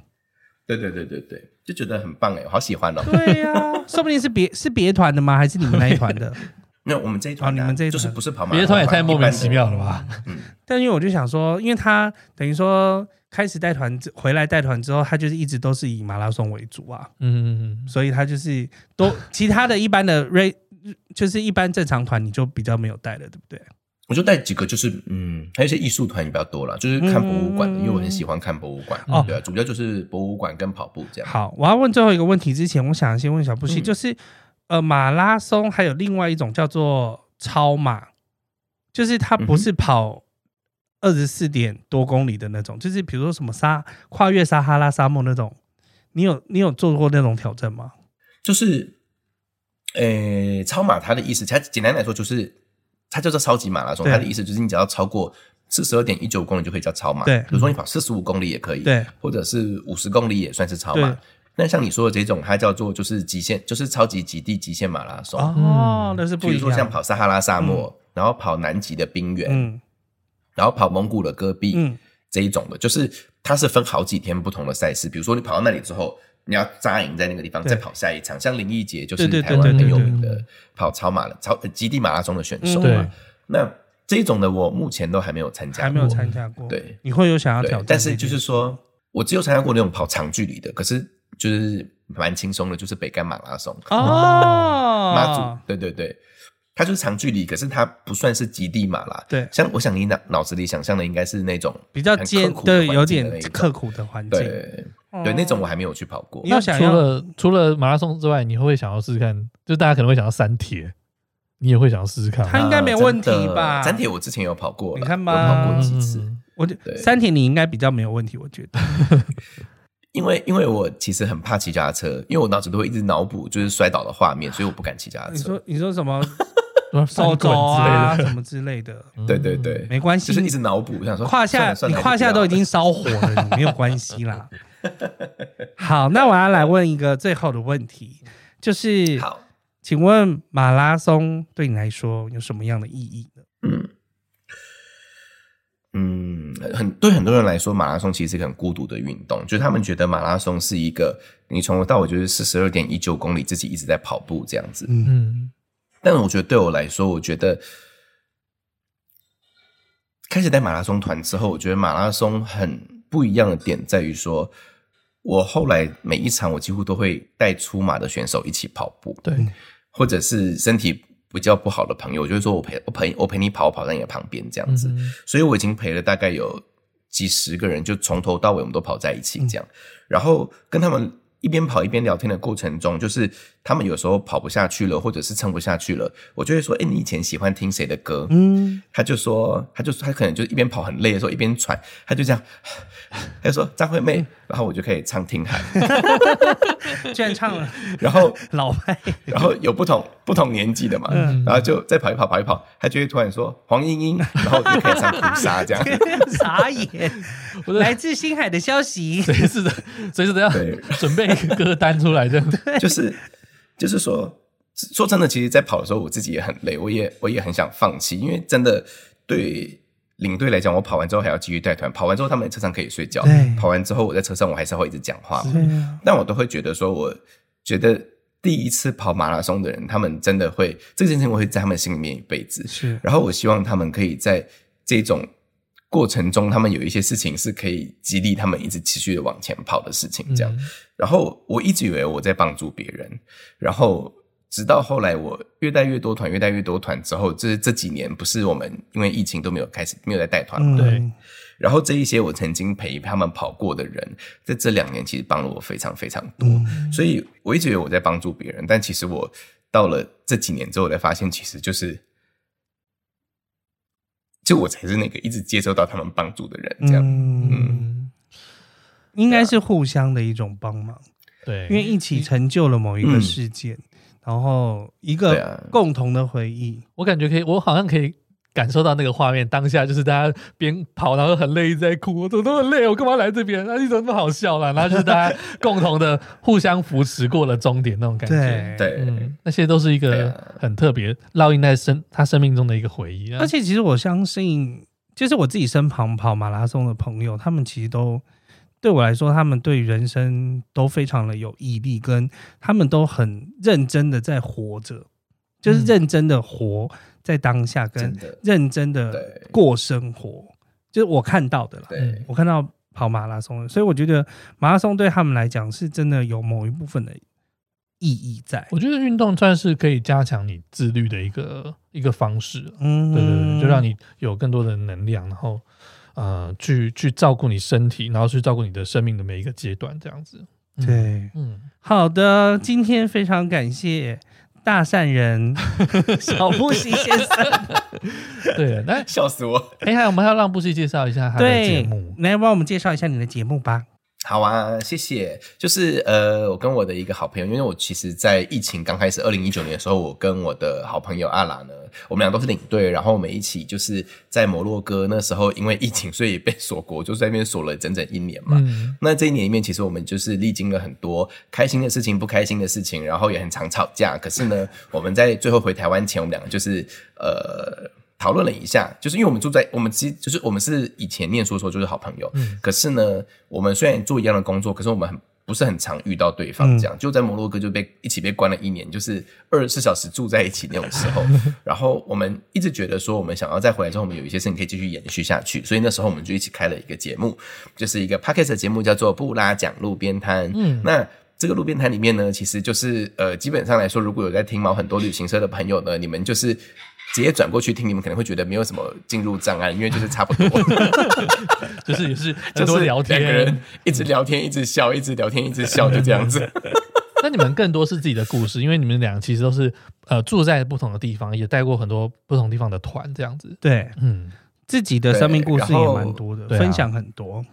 C: 对对对对对，就觉得很棒哎，我好喜欢哦。
B: 对呀、 说不定是别是别团的吗？还是你们那一团的？
C: 那我们这一团、啊
B: 哦你们这一团
C: 就是不是跑马拉松，
A: 别的团也太莫名其妙了
C: 吧？
A: 吧？
B: 但因为我就想说，因为他等于说开始带团之回来带团之后，他就是一直都是以马拉松为主啊，
A: 嗯，
B: 所以他就是都其他的一般的 r 就是一般正常团你就比较没有带了，对不对？
C: 我就带几个，就是嗯，还有一些艺术团也比较多了，就是看博物馆的，
B: 嗯
C: 因为我很喜欢看博物馆。
B: 哦
C: 对、啊，主要就是博物馆跟跑步这样。
B: 好，我要问最后一个问题之前，我想先问小布希，
C: 嗯
B: 就是呃马拉松还有另外一种叫做超马，就是它不
C: 嗯
B: 是跑二十四点多公里的那种，就是比如说什么沙跨越撒哈拉沙漠那种，你有你有做过那种挑战吗？
C: 就是，呃，超马它的意思，它简单来说就是，它叫做超级马拉松，
B: 对
C: 它的意思就是你只要超过四十二点一九公里就可以叫超马。
B: 对
C: 比如说你跑四十五公里也可以，
B: 对，
C: 或者是五十公里也算是超
B: 对
C: 马。那像你说的这种，它叫做就是极限，就是超级极地极限马拉松。
B: 哦，那是
C: 比
B: 不
C: 如
B: 一
C: 说像
B: 样。
C: 跑撒哈拉沙漠，然后跑南极的冰原，
B: 嗯
C: 然后跑蒙古的戈壁，
B: 嗯
C: 这一种的，就是它是分好几天不同的赛事。比如说你跑到那里之后，你要扎营在那个地方，
B: 对
C: 再跑下一场。像林奕杰就
B: 对
C: 是
B: 对对
C: 台湾
A: 对对
C: 很有
B: 对
C: 名的跑超马的超呃极地马拉松的选手
B: 嗯
A: 对
C: 嘛。，那这种的我目前都还没有参加过，
B: 还没有参加过。
C: 对，
B: 你会有想要挑战，，
C: 对但是就是，说我只有参加过那种跑长距离的，可是就是蛮轻松的，就是北干马拉松。
B: 啊哦，
C: 妈祖，对对对，它就是长距离，可是它不算是极地马啦。
B: 对
C: 像我想你脑脑子里想象的应该是那种
B: 比较
C: 很
B: 艰
C: 刻，苦的
B: 对，
C: 环
B: 有
C: 境的
B: 点
C: 那一种
B: 刻苦的环境。
C: 对对，那种我还没有去跑过
B: 哦你。有想
A: 除
B: 要
A: 了除了马拉松之外，你会想要试试看？就大家可能会想要三铁，你也会想要试试看吗。
B: 他应该没问题吧
C: 呃真的三铁我之前有跑过啦，
B: 你看吧
C: 我跑过几次。
A: 嗯
B: 我觉
C: 对
B: 三田你应该比较没有问题，我觉得。
C: 因为因为我其实很怕骑脚踏车，因为我脑子都会一直脑补就是摔倒的画面，所以我不敢骑脚踏
B: 你
C: 车。
B: 说你说什 么
A: 翻
B: 手
A: 滚之
B: 肘
A: 类
B: 啊
A: 的嗯
B: 什么之类的，
C: 对对对，
B: 嗯没关系
C: 就是一直脑补，想说
B: 胯下
C: 算
B: 你
C: 了算了
B: 胯下
C: 还是不
B: 都
C: 要
B: 已经烧火了，你没有关系 啦。好，那我要来问一个最后的问题，就是
C: 好，
B: 请问马拉松对你来说有什么样的意义 呢？
C: 嗯。嗯，很对很多人来说，马拉松其实是一个很孤独的运动，就是他们觉得马拉松是一个你从头到尾就是四十二点一九公里自己一直在跑步这样子。
A: 嗯，
C: 但我觉得对我来说，我觉得开始带马拉松团之后，我觉得马拉松很不一样的点在于说，我后来每一场我几乎都会带出马的选手一起跑步，
A: 对，
C: 或者是身体比较不好的朋友，我就会说我陪我陪我陪你跑，我跑在你的旁边这样子。
A: 嗯
C: 所以我已经陪了大概有几十个人，就从头到尾我们都跑在一起这样。然后跟他们一边跑一边聊天的过程中，就是他们有时候跑不下去了，或者是撑不下去了，我就会说：“哎、你以前喜欢听谁的歌？”
B: 嗯，
C: 他就说，他就他可能就一边跑很累的时候一边喘，他就这样，他就说张惠妹，然后我就可以唱听海，
B: 居然唱了
C: 然后
B: 老 派，
C: 然后有不同不同年纪的嘛，然后就再跑一跑跑一跑，他就会突然说黄莺莺，然后我就可以唱哭砂这样，
B: 傻眼，
A: 我的
B: 来自星海的消息。
A: 随时的，随时都要
C: 对
A: 准备一个歌单出来，这 样子。
C: 就是就是说，说真的，其实，在跑的时候，我自己也很累，我也我也很想放弃，因为真的对领队来讲，我跑完之后还要继续带团，跑完之后他们车上可以睡觉
B: 对，
C: 跑完之后我在车上我还是会一直讲话嘛，
B: 对啊，
C: 但我都会觉得说，我觉得第一次跑马拉松的人，他们真的会这件事情，我会在他们心里面一辈子。
B: 是
C: 然后我希望他们可以在这种过程中，他们有一些事情是可以激励他们一直持续的往前跑的事情，这样。然后我一直以为我在帮助别人，然后直到后来我越带越多团，越带越多团之后，这这几年不是我们因为疫情都没有开始没有在带团
B: 嗯
C: 嘛，
A: 对
C: 然后这一些我曾经陪他们跑过的人，在这两年其实帮了我非常非常多，所以我一直以为我在帮助别人，但其实我到了这几年之后，我才发现其实就是，就我才是那个一直接收到他们帮助的人，这样。
B: 嗯，应该是互相的一种帮忙，
A: 啊对，
B: 因为一起成就了某一个事件，然后一
C: 嗯对
B: 个
C: 啊
B: 共同的回忆。
A: 我感觉可以，我好像可以感受到那个画面，当下就是大家边跑，然后很累，一直在哭，我怎么那么累，我干嘛来这边？啊那、你怎么那么好笑啦？然后就是大家共同的互相扶持过了终点那种感觉。
B: 对，
C: 对，
A: 嗯，那些都是一
C: 对
A: 个
C: 啊
A: 很特别烙印在生他生命中的一个回忆。啊
B: 而且其实我相信，就是我自己身旁跑马拉松的朋友，他们其实都对我来说，他们对人生都非常的有毅力，跟他们都很认真的在活着，就是
A: 嗯
B: 认真的活在当下，跟
C: 真的，
B: 认真的
C: 对
B: 过生活，就是我看到的啦。
C: 对，
B: 我看到跑马拉松的，所以我觉得马拉松对他们来讲是真的有某一部分的意义在。
A: 我觉得运动算是可以加强你自律的一个一个方式啊。
B: 嗯
A: 对对对，就让你有更多的能量，然后呃，去去照顾你身体，然后去照顾你的生命的每一个阶段，这样子。嗯，
B: 对。
A: 嗯，
B: 好的，今天非常感谢大善 人小布希先生，
A: 嗯 对。那
C: 笑死我！
A: 哎，还有我们还要让布希介绍一下他的节
B: 对
A: 目，，
B: 来帮我们介绍一下你的节目吧。
C: 好啊，谢谢。就是呃，我跟我的一个好朋友，因为我其实，在疫情刚开始，二零一九年的时候，我跟我的好朋友阿拉呢，我们俩都是领队，然后我们一起就是在摩洛哥那时候，因为疫情，所以被锁国，就是在那边锁了整整一年嘛。
A: 嗯，
C: 那这一年里面，其实我们就是历经了很多开心的事情、不开心的事情，然后也很常吵架。可是呢，我们在最后回台湾前，我们两个就是呃讨论了一下，就是因为我们住在我们其实就是我们是以前念书的时候就是好朋友，可是呢，我们虽然做一样的工作，可是我们很。不是很常遇到对方这样，就在摩洛哥就被一起被关了一年，就是二十四小时住在一起那种时候。然后我们一直觉得说，我们想要再回来之后，我们有一些事情可以继续延续下去，所以那时候我们就一起开了一个节目，就是一个 podcast 的节目，叫做《布拉讲路边摊》。嗯，那这个路边摊里面呢，其实就是呃，基本上来说，如果有在听毛很多旅行社的朋友呢，你们就是直接转过去听，你们可能会觉得没有什么进入障碍，因为就是 差不多。
A: 就是也 是
C: 就
A: 很
C: 是
A: 多聊
C: 两个人
A: 天。
C: 一直聊天，一直笑，一直聊天，一直笑，就这样子。
A: 那你们更多是自己的故事，因为你们俩其实都是呃住在不同的地方，也带过很多不同地方的团，这样子。
B: 对
A: 嗯，
B: 自己的生命故事
C: 对然
B: 也
C: 后
B: 蛮多的，
A: 对啊
B: 分享很 多。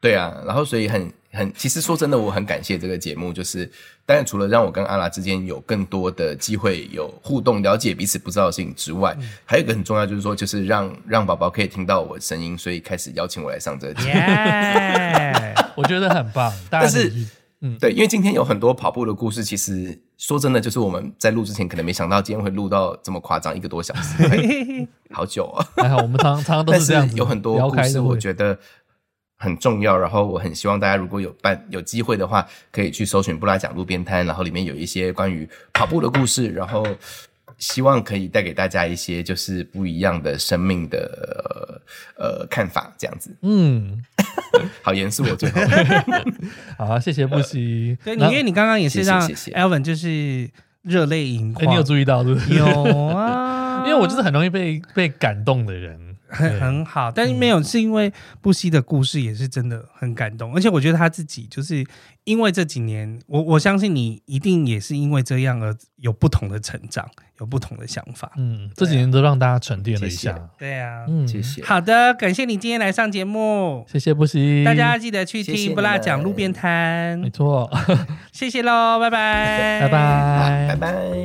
C: 对啊，然后所以很很，其实说真的，我很感谢这个节目，就是当然除了让我跟阿拉之间有更多的机会有互动，了解彼此不知道的事情之外，还有一个很重要就是说，就是让让宝宝可以听到我的声音，所以开始邀请我来上这个节目。
B: 耶！
A: 我觉得很棒，大家
C: 但是
A: 可以去
C: 对，因为今天有很多跑步的故事，其实说真的，就是我们在录之前可能没想到今天会录到这么夸张，一个多小时， 好久啊、
A: 还哎好，我们常常常都
C: 但
A: 这样子，
C: 有很多
A: 聊
C: 故
A: 开
C: 事，
A: 的
C: 我
A: 会
C: 觉得很重要。然后我很希望大家如果有办有机会的话，可以去搜寻布拉讲路边摊，然后里面有一些关于跑步的故事，然后希望可以带给大家一些就是不一样的生命的呃呃看法，这样子。
A: 嗯，
C: 好严肃，我 最后
A: 好啊，谢谢布希。
B: 对，你
A: 那
B: 因为你刚刚也是让
C: 谢谢谢谢
B: Elvin 就是热泪盈
A: 哎
B: 眶，
A: 你有注意到是不是？
B: 有啊
A: ，因为我就是很容易被被感动的人，
B: 很很好，但是没有，是因为布希的故事也是真的很感动，而且我觉得他自己就是因为这几年，我我相信你一定也是因为这样而有不同的成长，有不同的想法。
A: 嗯，这几年都让大家沉淀了一
C: 谢
A: 下，
B: 对啊，
A: 嗯，
C: 谢，谢，
B: 好的，感谢你今天来上节目，
A: 谢谢布希，
B: 大家记得去
C: 谢谢
B: 听
C: 你
B: 不辣
C: 们
B: 讲路边
A: 没
B: 摊，
A: 错，
B: 谢谢喽，拜拜，
A: 嗯拜拜，
C: 拜。拜。